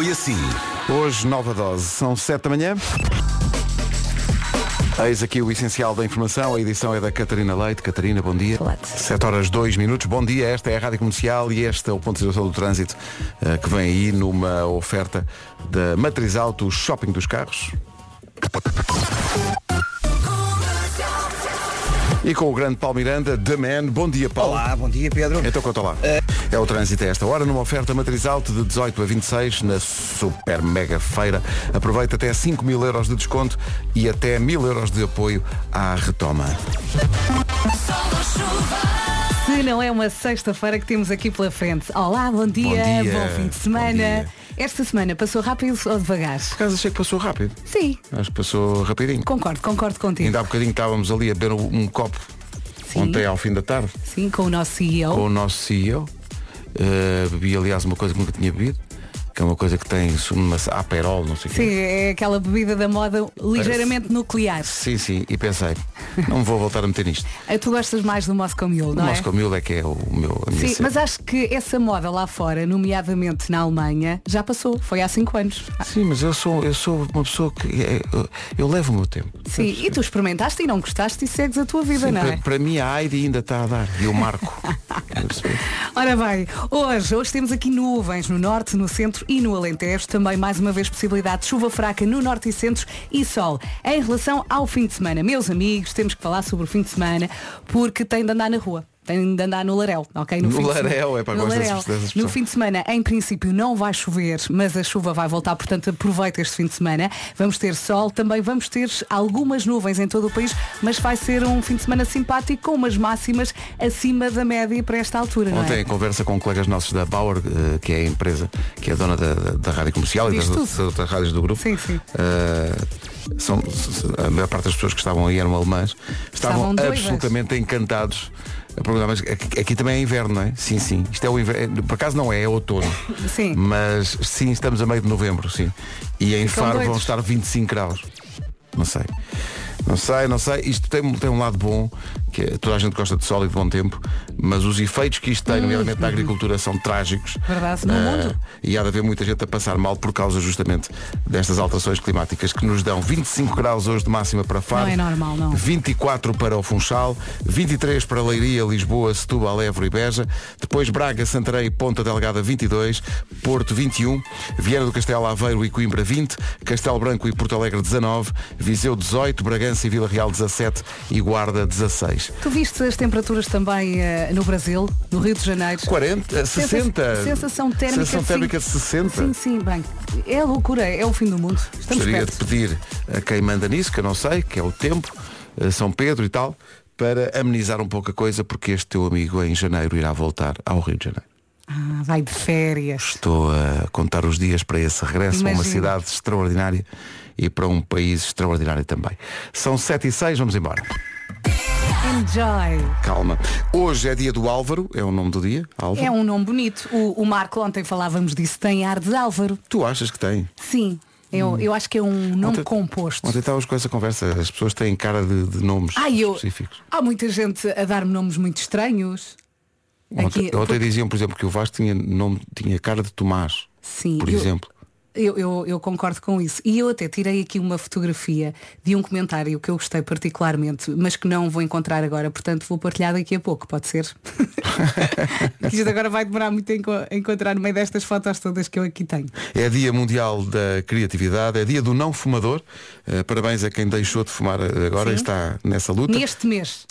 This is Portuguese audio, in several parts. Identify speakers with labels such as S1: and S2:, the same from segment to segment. S1: E assim,
S2: Hoje, nova dose. São 7 da manhã. Eis aqui o essencial da informação. A edição é da Catarina Leite. Catarina, bom dia.
S3: Olá.
S2: 7 horas 2 minutos. Bom dia. Esta é a Rádio Comercial e este é o ponto de situação do trânsito eh, que vem aí numa oferta da Matriz Auto Shopping dos Carros. E com o grande Paulo Miranda, The Man. Bom dia, Paulo.
S4: Olá, bom dia Pedro.
S2: Então conta lá. É o trânsito a esta hora, numa oferta matriz alto de 18 a 26 na super mega feira. Aproveita até 5 mil euros de desconto e até mil euros de apoio à retoma.
S3: Se não é uma sexta-feira que temos aqui pela frente. Olá, bom dia, bom,
S2: Bom dia,
S3: fim de
S2: bom dia.
S3: semana. Esta semana passou rápido ou devagar?
S2: Por acaso achei que passou rápido.
S3: Sim,
S2: Acho que passou rapidinho.
S3: concordo, concordo contigo.
S2: Ainda há bocadinho estávamos ali a beber um, um copo
S3: Sim.
S2: ontem ao fim da tarde
S3: Sim, com o nosso CEO.
S2: com o nosso CEO. Uh, bebi aliás uma coisa que nunca tinha bebido, que é uma coisa que tem uma aperol, não sei o quê.
S3: Sim, é aquela bebida da moda ligeiramente nuclear.
S2: Sim, sim, e pensei, não vou voltar a meter nisto.
S3: Ah, Tu gostas mais do Moscow Mule,
S2: O
S3: não é?
S2: Moscow Mule é que é o meu a minha
S3: Sim,
S2: cena.
S3: mas acho que essa moda lá fora, nomeadamente na Alemanha, já passou. Foi há cinco anos.
S2: Sim, mas eu sou, eu sou uma pessoa que é, eu, eu levo o meu tempo.
S3: Sim, e tu experimentaste e não gostaste e segues a tua vida,
S2: Sim,
S3: não
S2: para,
S3: é?
S2: para mim a Heidi ainda está a dar e o Marco. Eu percebi.
S3: Ora bem, hoje, hoje temos aqui nuvens no norte, no centro e no Alentejo. Também, mais uma vez, possibilidade de chuva fraca no norte e centro e sol. Em relação ao fim de semana, meus amigos, temos que falar sobre o fim de semana porque tem de andar na rua. Tem de andar no Larel, ok?
S2: No
S3: fim de
S2: Larel,
S3: semana.
S2: é pá,
S3: No
S2: gosto dessa-
S3: Larel.
S2: dessa expressão.
S3: No fim de semana, em princípio, não vai chover, mas a chuva vai voltar, portanto, aproveita este fim de semana. Vamos ter sol, também vamos ter algumas nuvens em todo o país, mas vai ser um fim de semana simpático com umas máximas acima da média para esta altura, não é?
S2: Ontem em conversa com colegas nossos da Bauer, eh, que é a empresa, que é dona da, da, da rádio comercial e
S3: Diz
S2: das,
S3: tudo.
S2: das outras rádios do grupo.
S3: Sim, sim.
S2: eh, são, a maior parte das pessoas que estavam aí eram alemãs, estavam,
S3: Estavam doivas.
S2: absolutamente encantados. A perguntar, mas aqui, aqui também é inverno, não é? Sim, sim. Isto é o inverno. Por acaso não é, é outono.
S3: Sim.
S2: Mas sim, estamos a meio de novembro, sim. E em
S3: Ficam
S2: Faro vão
S3: doidos.
S2: estar 25 graus. Não sei. Não sei, não sei. Isto tem, tem um lado bom, que é- toda a gente gosta de sol e de bom tempo, mas os efeitos que isto tem, nomeadamente na agricultura, são trágicos.
S3: Hum. Verdade, no
S2: Ah,
S3: mundo.
S2: E há de haver muita gente a passar mal por causa justamente destas alterações climáticas que nos dão 25 graus hoje de máxima para Faro.
S3: Não é normal, não.
S2: 24 para o Funchal, 23 para Leiria, Lisboa, Setúbal, Évora e Beja, depois Braga, Santarém e Ponta Delgada 22, Porto 21, Viana do Castelo, Aveiro e Coimbra 20, Castelo Branco e Porto Alegre 19, Viseu 18, Bragança e Vila Real 17 e Guarda 16.
S3: Tu viste as temperaturas também eh, no Brasil, no Rio de Janeiro?
S2: 40, eh,
S3: Sensa-
S2: 60.
S3: Sensação térmica.
S2: Sensação
S3: de
S2: térmica de 60.
S3: Sim, sim, bem. É loucura, é o fim do mundo. Estamos
S2: Gostaria
S3: perto.
S2: de pedir a quem manda nisso, que eu não sei, que é o tempo, eh, São Pedro e tal, para amenizar um pouco a coisa, porque este teu amigo em janeiro irá voltar ao Rio de Janeiro.
S3: Ah, vai de férias.
S2: Estou a contar os dias para esse regresso a uma
S3: Imagino.
S2: cidade extraordinária e para um país extraordinário também. São 7 e 6, vamos embora.
S3: Enjoy.
S2: Calma. Hoje é dia do Álvaro, é o nome do dia. Álvaro.
S3: É um nome bonito. O, o Marco, ontem falávamos disso, tem ar de Álvaro.
S2: Tu achas que tem?
S3: Sim,
S2: Hum.
S3: eu, eu acho que é um nome
S2: Ontem-
S3: composto.
S2: Ontem estávamos com essa conversa. As pessoas têm cara de, de nomes
S3: Ah, eu,
S2: específicos.
S3: há muita gente a dar-me nomes muito estranhos.
S2: Ontem,
S3: Aqui-
S2: ontem diziam, por exemplo, que o Vasco tinha, nome, tinha cara de Tomás.
S3: Sim,
S2: Por
S3: eu-
S2: exemplo.
S3: Eu, eu- eu concordo com isso. E eu até tirei aqui uma fotografia de um comentário que eu gostei particularmente, mas que não vou encontrar agora, portanto vou partilhar daqui a pouco, pode ser? Que Isto agora vai demorar muito a enco- a encontrar no meio destas fotos todas que eu aqui tenho.
S2: É dia mundial da criatividade, é dia do não fumador. Eh, parabéns a quem deixou de fumar eh, agora e
S3: Sim.
S2: está nessa luta.
S3: Neste mês.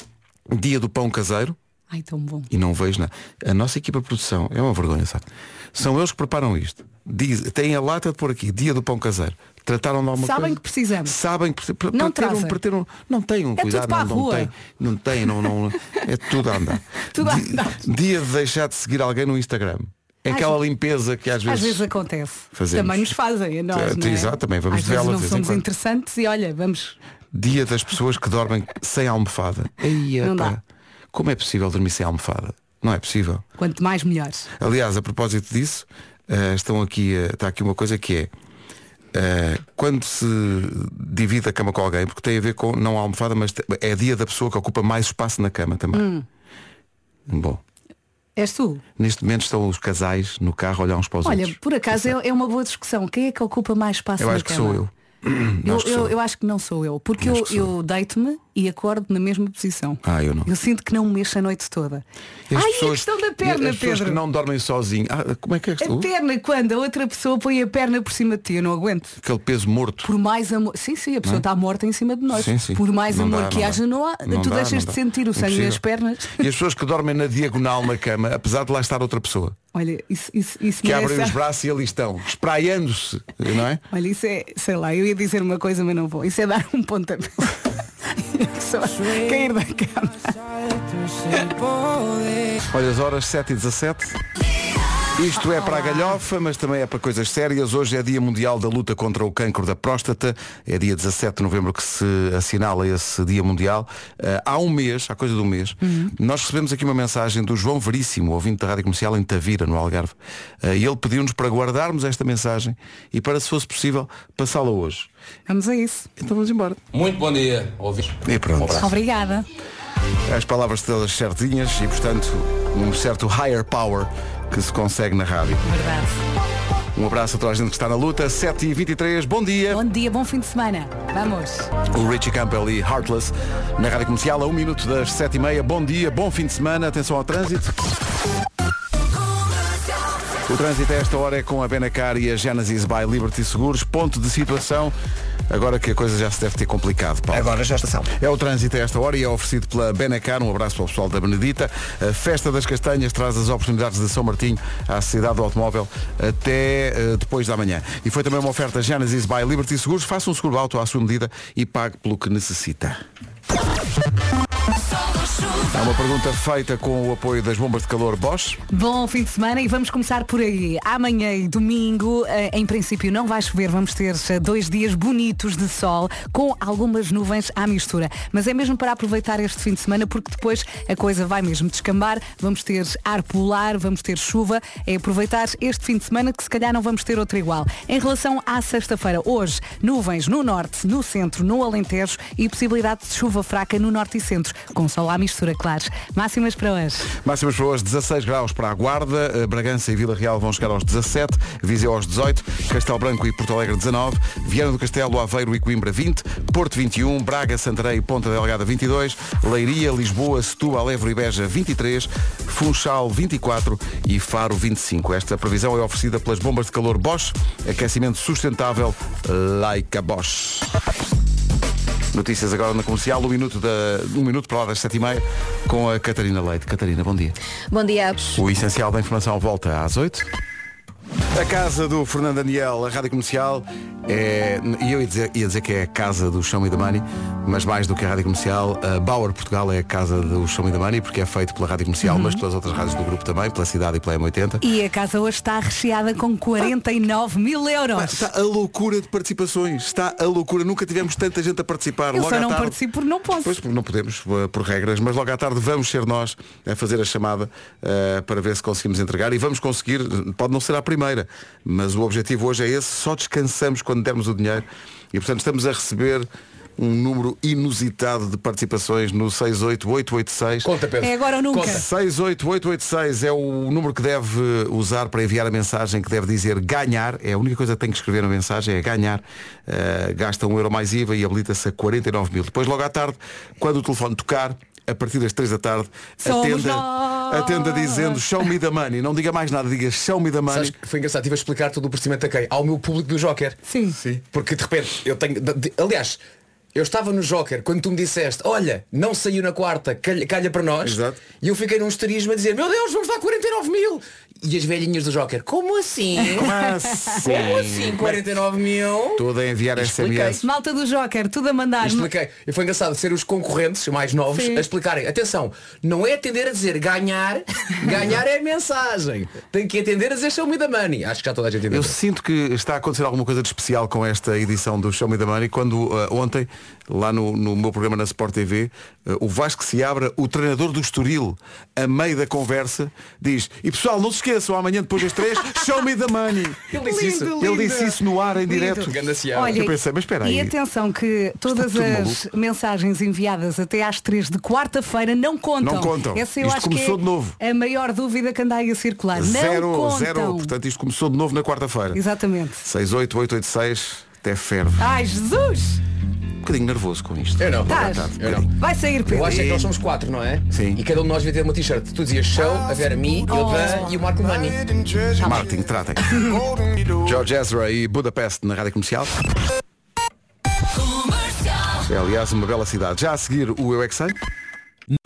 S2: Dia do pão caseiro.
S3: Ai, tão bom.
S2: e não vejo nada. A nossa equipa de produção é uma vergonha, sabe? São eles que preparam isto. Diz, têm a lata de pôr aqui, dia do pão caseiro. Trataram de alguma
S3: Sabem
S2: coisa.
S3: que precisamos.
S2: Sabem que precisamos.
S3: Não
S2: para ter um,
S3: trazem. É
S2: para ter um- Não têm um
S3: tudo
S2: cuidado,
S3: para
S2: não,
S3: a
S2: não
S3: rua.
S2: têm. Não têm, não, não. É tudo a andar.
S3: Tudo a
S2: Di-
S3: andar.
S2: Dia de deixar de seguir alguém no Instagram. É
S3: Às
S2: aquela
S3: ve-
S2: limpeza que às vezes.
S3: Às vezes acontece.
S2: fazemos.
S3: Também nos fazem a nós.
S2: É,
S3: não é?
S2: exato, também vamos
S3: Às
S2: vê-la
S3: vezes não
S2: de vez em
S3: somos
S2: quando.
S3: interessantes e olha, vamos.
S2: Dia das pessoas que dormem sem almofada. Ei,
S3: Não
S2: epá,
S3: dá.
S2: Como é possível dormir sem almofada? Não é possível.
S3: Quanto mais melhores.
S2: Aliás, a propósito disso, eh, estão aqui, eh, está aqui uma coisa que é eh, quando se divide a cama com alguém, porque tem a ver com não a
S3: Hum.
S2: almofada, mas te- é dia da pessoa que ocupa mais espaço na cama também. Bom,
S3: És tu?
S2: Neste momento estão os casais no carro a olhar uns para os
S3: Olha,
S2: outros.
S3: por acaso é, é uma boa discussão. Quem é que ocupa mais espaço
S2: Eu
S3: na
S2: acho que
S3: cama?
S2: sou eu.
S3: Eu,
S2: acho que
S3: eu-
S2: sou.
S3: eu acho que não sou eu, porque eu,
S2: Acho que sou.
S3: eu deito-me e acordo na mesma posição.
S2: Ah, eu não.
S3: Eu sinto que não me mexo a noite toda.
S2: E as
S3: Ai,
S2: pessoas-
S3: a questão da
S2: e
S3: perna,
S2: as pessoas
S3: Pedro.
S2: que não dormem sozinho. Ah, como é que é que
S3: A
S2: tu?
S3: perna, quando a outra pessoa põe a perna por cima de ti, eu não aguento.
S2: Aquele peso morto.
S3: Por mais amor. Sim, sim, a pessoa está morta em cima de nós.
S2: é? Sim, sim.
S3: Por mais
S2: Não
S3: amor
S2: dá,
S3: que
S2: não
S3: haja,
S2: dá.
S3: não há.
S2: Não
S3: tu
S2: dá,
S3: deixas
S2: não
S3: de
S2: dá. É
S3: sentir o sangue nas
S2: Impossível.
S3: pernas.
S2: E as pessoas que dormem na diagonal na cama, apesar de lá estar outra pessoa,
S3: Olha, isso, isso, isso
S2: que
S3: merece-
S2: abrem os braços e ali estão, espraiando-se, não é?
S3: Olha, isso é, sei lá, eu ia dizer uma coisa, mas não vou. Isso é dar um pontapé. Só cair da cama.
S2: Olha as horas, 7 e 17 Isto é para a galhofa, mas também é para coisas sérias. Hoje é Dia Mundial da Luta contra o Cancro da Próstata. É dia 17 de novembro que se assinala esse Dia Mundial. Ah, há um mês, há coisa de um mês, nós recebemos aqui uma mensagem do João Veríssimo, ouvinte da Rádio Comercial em Tavira, no Algarve. Ah, e ele pediu-nos para guardarmos esta mensagem e para, se fosse possível, passá-la hoje.
S3: Vamos a isso.
S2: Então vamos embora.
S1: Muito bom dia, ouvintes.
S2: E pronto.
S3: Obrigada.
S2: as palavras todas certinhas e, portanto, um certo higher power que se consegue na rádio.
S3: Verdade.
S2: Um abraço a toda a gente que está na luta. 7h23, bom dia.
S3: Bom dia, bom fim de semana. Vamos.
S2: O Richie Campbell e Heartless na rádio comercial a um minuto das 7h30. Bom dia, bom fim de semana. Atenção ao trânsito. O trânsito a esta hora é com a Benacar e a Genesis by Liberty Seguros. Ponto de situação. Agora que a coisa já se deve ter complicado, Paulo.
S4: Agora já está salvo.
S2: É o trânsito a esta hora e é oferecido pela Benacar. Um abraço para o pessoal da Benedita. A Festa das Castanhas traz as oportunidades de São Martinho à Sociedade do Automóvel até eh, depois da manhã. E foi também uma oferta Genesis by Liberty Seguros. Faça um seguro auto à sua medida e pague pelo que necessita. Há uma pergunta feita com o apoio das bombas de calor Bosch.
S3: Bom fim de semana e vamos começar por aí. Amanhã e domingo, eh, em princípio, não vai chover. Vamos ter eh, dois dias bonitos de sol com algumas nuvens à mistura. Mas é mesmo para aproveitar este fim de semana porque depois a coisa vai mesmo descambar. Vamos ter ar polar, vamos ter chuva. É aproveitar este fim de semana que se calhar não vamos ter outra igual. Em relação à sexta-feira, hoje, nuvens no norte, no centro, no Alentejo e possibilidade de chuva fraca no norte e centro, com sol à mistura, claro. Máximas para hoje.
S2: Máximas para hoje 16 graus para a Guarda, eh, Bragança e Vila Real vão chegar aos 17, Viseu aos 18, Castelo Branco e Porto Alegre 19, Viana do Castelo, Aveiro e Coimbra 20, Porto 21, Braga, Santarém e Ponta Delgada 22, Leiria, Lisboa, Setúbal, Évora e Beja 23, Funchal 24 e Faro 25. Esta previsão é oferecida pelas bombas de calor Bosch, aquecimento sustentável Laika Bosch. Notícias agora na comercial, um minuto, da, um minuto para lá das 7h30 com a Catarina Leite. Catarina, bom dia.
S5: Bom dia.
S2: O essencial da informação volta às 8. A casa do Fernando Daniel, a rádio comercial, é. E eu ia dizer, ia dizer que é a casa do Show Me the Money, mas mais do que a rádio comercial, a Bauer Portugal é a casa do Show Me the Money, porque é feito pela rádio
S5: Uhum.
S2: comercial, mas pelas outras rádios do grupo também, pela cidade e pela M80.
S3: E a casa hoje está recheada com 49 mil euros.
S2: Está a loucura de participações, está a loucura, nunca tivemos tanta gente a participar.
S3: Eu
S2: Logo
S3: só
S2: à
S3: não
S2: tarde-
S3: participo porque não posso.
S2: Pois, porque não podemos, eh, por regras, mas logo à tarde vamos ser nós a fazer a chamada eh, para ver se conseguimos entregar e vamos conseguir, pode não ser a primeira, mas o objetivo hoje é esse, só descansamos quando dermos o dinheiro e portanto estamos a receber um número inusitado de participações no 68886.
S1: Conta, Pedro.
S3: É agora ou nunca.
S1: Conta.
S2: 68886 é o número que deve usar para enviar a mensagem que deve dizer ganhar. É a única coisa que tem que escrever na mensagem, é ganhar. Uh, gasta um euro mais IVA e habilita-se a 49 mil. Depois, logo à tarde, quando o telefone tocar, a partir das 3 da tarde,
S3: Somos
S2: atenda,
S3: nós!
S2: atenda dizendo show me the money. Não diga mais nada, diga show me the
S1: Sabes
S2: money.
S1: que foi engraçado, estive a explicar todo o procedimento a quem? Ao meu público do Joker.
S3: Sim.
S1: Porque de repente eu tenho. de- de- aliás, eu estava no Joker quando tu me disseste, olha, não saiu na quarta, calha, calha para nós.
S2: Exato.
S1: E eu fiquei num esterismo a dizer, meu Deus, vamos dar 49 mil. E as velhinhas do Joker, como assim?
S2: Mas
S3: É um
S1: como assim 49 mil?
S2: Toda a enviar
S1: Expliquei.
S2: SMS.
S3: Malta do Joker, tudo a mandar.
S1: E expliquei. E foi engraçado ser os concorrentes mais novos
S3: Sim.
S1: a explicarem. Atenção, não é atender a dizer ganhar, ganhar é a mensagem. Tem que atender a dizer show me the money. Acho que já toda a gente entendeu.
S2: Eu sinto que está a acontecer alguma coisa de especial com esta edição do Show Me the Money quando ah, ontem, lá no, no meu programa na Sport TV, ah, o Vasco se abra, o treinador do Estoril, a meio da conversa, diz, e pessoal, não se esqueçam, amanhã depois das três, show me the money.
S1: Ele disse
S3: Lindo,
S1: isso.
S3: lindo.
S2: Ele disse isso no ar, em
S3: Lindo.
S2: direto.
S1: Ganda seara.
S3: Olha,
S2: Eu pensei, mas espera
S3: E
S2: aí.
S3: atenção que todas
S2: tudo
S3: as mensagens enviadas até às 3 de quarta-feira não contam.
S2: Não contam.
S3: Essa eu
S2: Isto
S3: acho que
S2: começou
S3: é
S2: de novo.
S3: a maior dúvida que andai a circular.
S2: zero,
S3: não contam.
S2: zero. Portanto, isto começou de novo na quarta-feira.
S3: Exatamente.
S2: 68886, até ferve. Tá.
S3: Ai, Jesus!
S2: Um bocadinho nervoso com isto. Tá, um
S1: Eu não.
S3: Estás?
S1: Eu não.
S3: Vai sair,
S1: Eu
S3: Pedro.
S1: acho é que nós somos quatro, não é?
S2: Sim.
S1: E cada um de nós devia ter uma t-shirt. Tu dizias show, a Vera Mi, eu
S3: Oh.
S1: Dan e o Marco Mani.
S2: Martin, tratem. George Ezra e Budapeste na Rádio Comercial. É, aliás, uma bela cidade. Já a seguir o Eu é Que Sei.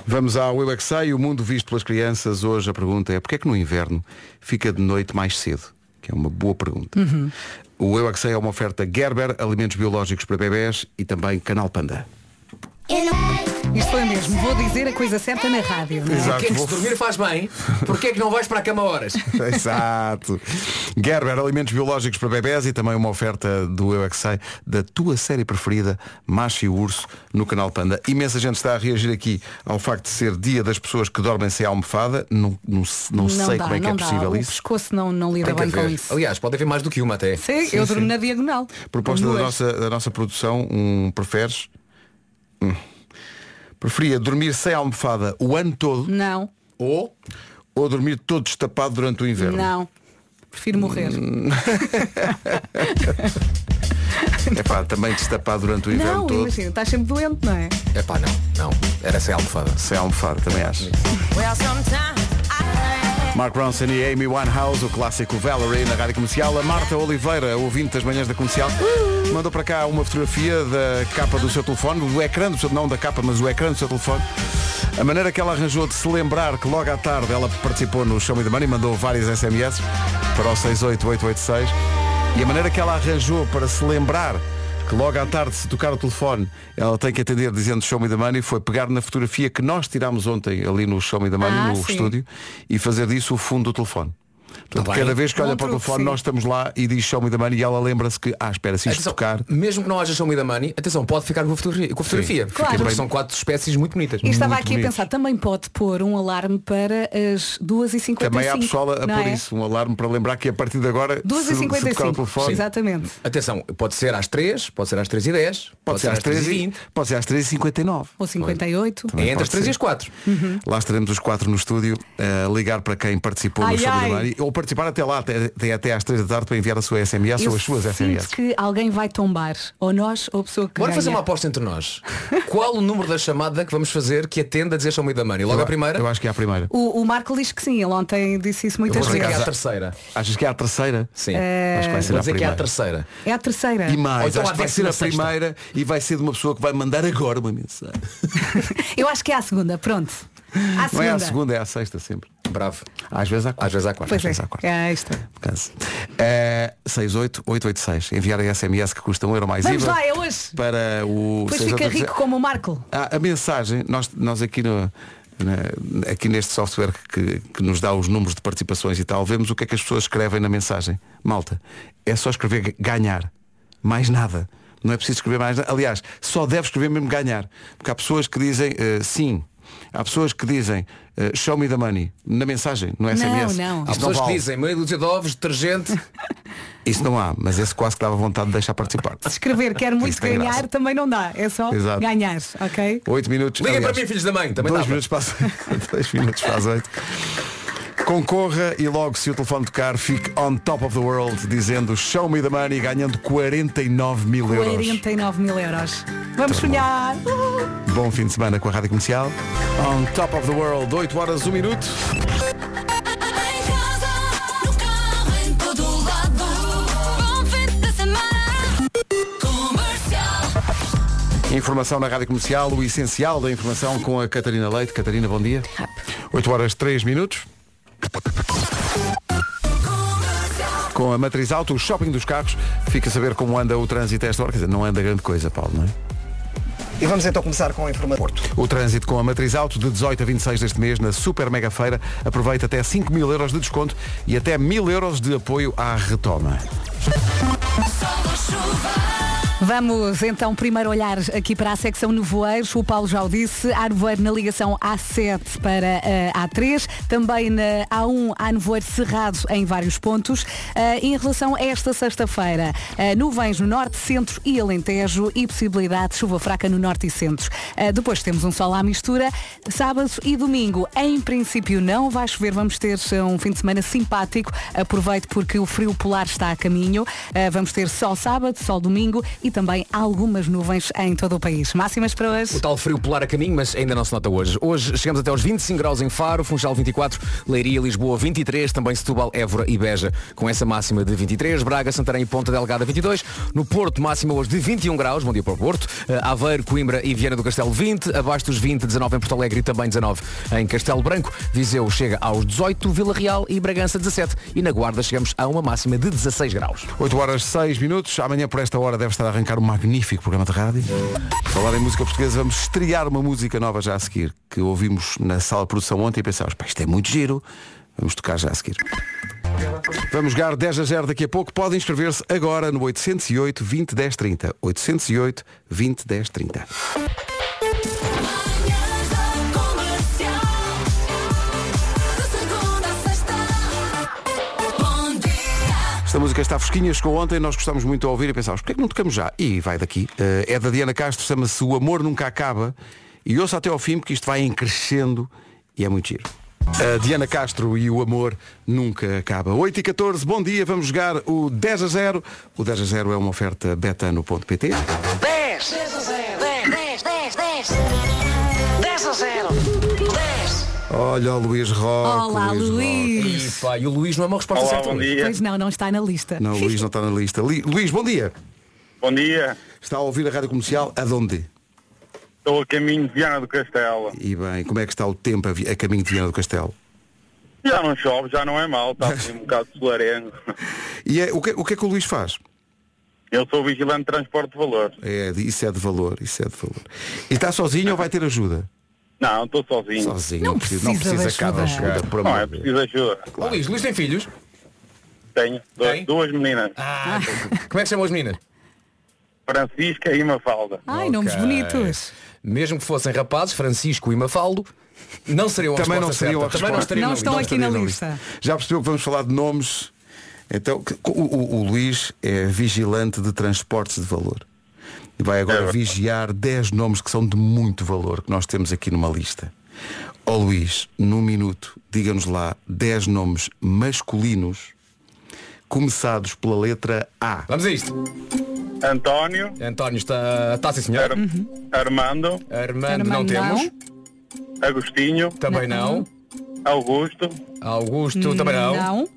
S2: Vamos ao Eu é Que Sei, o mundo visto pelas crianças. Hoje a pergunta é porquê é que no inverno fica de noite mais cedo? Que é uma boa pergunta. O Eu é Que Sei é uma oferta Gerber, alimentos biológicos para bebés e também Canal Panda.
S3: Isto foi mesmo. Vou dizer a coisa certa na rádio. não é?
S2: Exato.
S1: Porquê que se
S2: vou-
S1: dormir faz bem? Porquê é que não vais para a cama horas?
S2: Exato. Gerber, alimentos biológicos para bebés e também uma oferta do Eu é Que Sei, da tua série preferida, Macho e o Urso, no canal Panda. Imensa gente está a reagir aqui ao facto de ser dia das pessoas que dormem sem almofada. Não, não, se- não sei
S3: dá,
S2: como é que
S3: não
S2: é
S3: dá.
S2: possível
S3: o
S2: isso.
S3: pescoço não, não lida
S1: Tem que
S3: bem com
S1: haver.
S3: isso.
S1: Aliás, pode haver mais do que uma até.
S3: Sim, eu durmo na diagonal.
S2: Proposta da
S3: Duas.
S2: nossa, da nossa produção, um preferes. Hum. Preferia dormir sem almofada o ano todo
S3: Não,
S1: Ou
S2: ou dormir todo destapado durante o inverno?
S3: não. Prefiro morrer.
S2: Hum, É pá, também destapado durante o inverno
S3: não,
S2: todo.
S3: imagina, estás sempre doente, não é?
S1: É pá, não, não. Era sem almofada.
S2: Sem almofada, também acho. Mark Ronson e Amy Winehouse, o clássico Valerie na rádio comercial. A Marta Oliveira, ouvinte das manhãs da comercial, mandou para cá uma fotografia da capa do seu telefone, do ecrã do seu, não da capa, mas do ecrã do seu telefone. A maneira que ela arranjou de se lembrar que logo à tarde ela participou no Show Me the Money, mandou várias SMS para o 68886. E a maneira que ela arranjou para se lembrar que logo à tarde, se tocar o telefone, ela tem que atender dizendo Show Me the Money, foi pegar na fotografia que nós tirámos ontem ali no Show Me the Money,
S3: Ah,
S2: no
S3: sim.
S2: estúdio, e fazer disso o fundo do telefone. Portanto,
S1: Tá bem.
S2: cada vez que
S3: Bom
S2: olha para o
S3: truque,
S2: telefone,
S3: sim.
S2: nós estamos lá e diz Show Me the Money e ela lembra-se que, ah, espera, se isto
S1: Atenção,
S2: tocar.
S1: Mesmo que não haja show me the money, atenção, pode ficar com a fotografia. Com a fotografia.
S3: Claro.
S1: Porque
S2: Bem-
S1: São quatro espécies muito bonitas.
S3: E estava
S2: Hum, Muito
S3: aqui
S2: bonito.
S3: a pensar, também pode pôr um alarme para as 2h55.
S2: Também há pessoal a
S3: não
S2: pôr
S3: é?
S2: isso, um alarme para lembrar que a partir de agora, se, se tocar o
S3: 2h55.
S2: telefone,
S3: Exatamente.
S1: Atenção, pode ser às 3, pode ser às 3 e 10, pode,
S2: pode ser às 3
S1: e
S2: e
S1: 20.
S2: pode ser às 3h59.
S3: Ou 58.
S1: É entre
S2: pode
S1: as 3 e
S2: ser.
S1: as 4.
S3: Uhum.
S2: Lá estaremos os quatro no estúdio a ligar para quem participou
S3: Ai,
S2: no Show Me
S3: ai.
S2: the Money ou participar até lá, até, até- até às 3 da tarde para enviar a sua SMS
S3: Eu
S2: ou as suas
S3: sinto
S2: SMS.
S3: que alguém vai tombar. Ou nós, ou a pessoa que
S1: Bora
S3: ganha.
S1: fazer uma aposta entre nós. Qual o número da chamada que vamos fazer que atenda a dizer show me the money? Logo
S2: Eu-
S1: a primeira?
S2: Eu acho que é a primeira.
S3: O, o Marco diz que sim, ele ontem disse isso
S1: Vou
S3: muitas
S1: dizer que é
S3: vezes.
S1: a terceira.
S2: Achas que é a terceira?
S1: Sim.
S2: Acho que vai ser
S1: Vou
S2: Eh,
S1: dizer que é
S2: a
S1: a
S2: primeira.
S1: terceira.
S3: É a terceira.
S2: E mais,
S1: Ou então
S2: acho
S1: à
S2: que vai ser a
S1: 16ª.
S2: primeira e vai ser de uma pessoa que vai mandar agora uma mensagem.
S3: Eu acho que é a segunda, pronto. À segunda.
S2: Não é à segunda, é à sexta sempre.
S1: Bravo.
S2: Às vezes à quarta.
S1: Às vezes à quarta.
S3: Pois é,
S2: Pensa à quarta.
S3: é esta.
S2: Por acaso. É, 68886. Enviar a SMS que custa um euro mais
S3: Vamos
S2: IVA
S3: lá, é hoje.
S2: para o
S3: Depois fica
S2: 68886.
S3: rico como o Marco.
S2: Ah, a mensagem, nós, nós aqui, no- na- aqui neste software que, que nos dá os números de participações e tal, vemos o que é que as pessoas escrevem na mensagem. Malta, é só escrever g- ganhar. Mais nada. Não é preciso escrever mais nada. Aliás, só deve escrever mesmo ganhar. Porque há pessoas que dizem eh, sim. Há pessoas que dizem eh, show me the money na mensagem, no SMS.
S3: não.
S1: Há
S2: Isso não,
S1: pessoas que
S2: vale.
S1: dizem meia dúzia de ovos, detergente.
S2: Isso não há, mas esse quase que dava vontade de deixar participar.
S3: Se escrever quero muito
S2: tem
S3: ganhar,
S2: graça.
S3: também não dá. É só
S2: Exato.
S3: ganhar, ok?
S2: oito minutos.
S1: Liguem
S2: aliás,
S1: para mim, filhos da mãe. Também
S2: dois
S1: dava.
S2: minutos para as- dois minutos para as oito. Concorra e logo se o telefone tocar fique on top of the world dizendo show me the money ganhando 49 mil euros.
S3: 49 mil euros. Vamos sonhar. Uh!
S2: Bom fim de semana com a Rádio Comercial. On top of the world, 8 horas, 1 minuto.
S4: Em casa, no carro, em todo lado. Bom fim de semana. Comercial.
S2: Informação na Rádio Comercial, o essencial da informação com a Catarina Leite. Catarina, bom dia. 8 horas, 3 minutos. Com a Matriz Auto, o shopping dos carros, fica a saber como anda o trânsito a esta hora. Quer dizer, não anda grande coisa, Paulo, não é?
S5: E vamos então começar com a informação. Porto.
S2: O trânsito com a matriz alto de 18 a 26 deste mês na Super Mega Feira aproveita até 5 mil euros de desconto e até mil euros de apoio à retoma.
S4: Sol ou chuva.
S3: Vamos então primeiro olhar aqui para a secção nevoeiros. O Paulo já o disse, há nevoeiro na ligação A7 para eh, A3. Também na A1 há nevoeiro cerrado em vários pontos. Eh, em relação a esta sexta-feira, eh, nuvens no norte, centro e Alentejo e possibilidade de chuva fraca no norte e centro. Eh, depois temos um sol à mistura. Sábado e domingo, em princípio, não vai chover. Vamos ter eh, um fim de semana simpático. Aproveite porque o frio polar está a caminho. Eh, vamos ter sol sábado, sol domingo e também algumas nuvens em todo o país. Máximas para hoje.
S6: O tal frio polar a caminho, mas ainda não se nota hoje. Hoje chegamos até aos 25 graus em Faro, Funchal 24, Leiria, Lisboa 23, também Setúbal, Évora e Beja com essa máxima de 23, Braga, Santarém e Ponta Delgada 22, no Porto máxima hoje de 21 graus, bom dia para o Porto, Eh, Aveiro, Coimbra e Viana do Castelo 20, abaixo dos 20, 19 em Porto Alegre e também 19 em Castelo Branco, Viseu chega aos 18, Vila Real e Bragança 17 e na Guarda chegamos a uma máxima de 16 graus.
S2: 8 horas 6 minutos, amanhã por esta hora deve estar a arrancar um magnífico programa de rádio. Por Falar em música portuguesa, vamos estrear uma música nova já a seguir, que ouvimos na sala de produção ontem e pensámos, pá, isto é muito giro, vamos tocar já a seguir. Vamos jogar 10 a 0 daqui a pouco, podem inscrever-se agora no 808 20 10 30. 808 20 10 30.
S4: Manhãs da Comercial. De segunda a sexta. Bom dia.
S2: Esta música está fresquinha, chegou ontem, nós gostámos muito de ouvir e pensámos, porquê é que não tocamos já? E vai daqui. Eh, é da Diana Castro, chama-se O Amor Nunca Acaba. E ouça até ao fim, porque isto vai em crescendo e é muito giro. A Diana Castro e o amor nunca acaba. 8 e 14, bom dia, vamos jogar o 10 a 0. O 10 a 0 é uma oferta betano.pt.
S7: 10 10 10 10 10 10 a 0 10
S2: Olha o Luís Roque.
S3: Olá,
S2: Luís Roque.
S3: Luís.
S1: pá, e o Luís não é uma resposta
S8: Olá,
S1: certa.
S8: bom
S1: hoje.
S8: dia.
S3: Pois não, não está na lista.
S2: Não, o Luís não está na lista. Li- Luís, bom dia.
S8: Bom dia.
S2: Está a ouvir a rádio comercial Aonde?
S8: Estou a caminho de Viana do Castelo.
S2: E bem, como é que está o tempo a, vi- a caminho de Viana do Castelo?
S8: Já não chove, já não é mal, está assim um bocado solarengo.
S2: E é- o que- o que é que o Luís faz?
S8: Eu sou vigilante de transporte de valores.
S2: É, isso é de valor, isso é de valor. E está sozinho ou vai ter ajuda?
S8: Não, estou sozinho.
S2: Sozinho,
S3: Não
S2: não
S3: precisa
S2: precisa
S3: de
S2: cada
S3: ajuda.
S2: ajuda, por
S8: Não, é
S2: amor de Deus.
S8: preciso ajuda.
S1: Ô, Luís, Luís tem filhos?
S8: Tenho dois-
S1: Tem?
S8: duas meninas,
S1: Ah, como é que se chamam as meninas?
S8: Francisca e Mafalda.
S3: Ai, nomes
S1: Ok.
S3: bonitos.
S1: Mesmo que fossem rapazes, Francisco e Mafaldo, não seriam a
S2: Também não
S1: resposta
S2: seriam a
S1: certa. Também não
S2: resposta.
S1: seriam
S3: Não
S1: a
S3: estão
S1: resposta.
S3: aqui na
S2: Estaria
S3: lista.
S2: Já percebeu que vamos falar de nomes? Então, que- o, o- o Luís é vigilante de transportes de valor. E vai agora
S8: verdade.
S2: vigiar 10 nomes que são de muito valor, que nós temos aqui numa lista. Ó Luís, num minuto, diga-nos lá 10 nomes masculinos começados pela letra A.
S1: Vamos a isto.
S8: António,
S1: António está, está sim senhor.
S8: Ar- Armando,
S1: Armando, não
S3: Armando,
S1: temos.
S8: Agostinho,
S1: Também não.
S8: Augusto,
S1: Augusto também não.
S3: Não.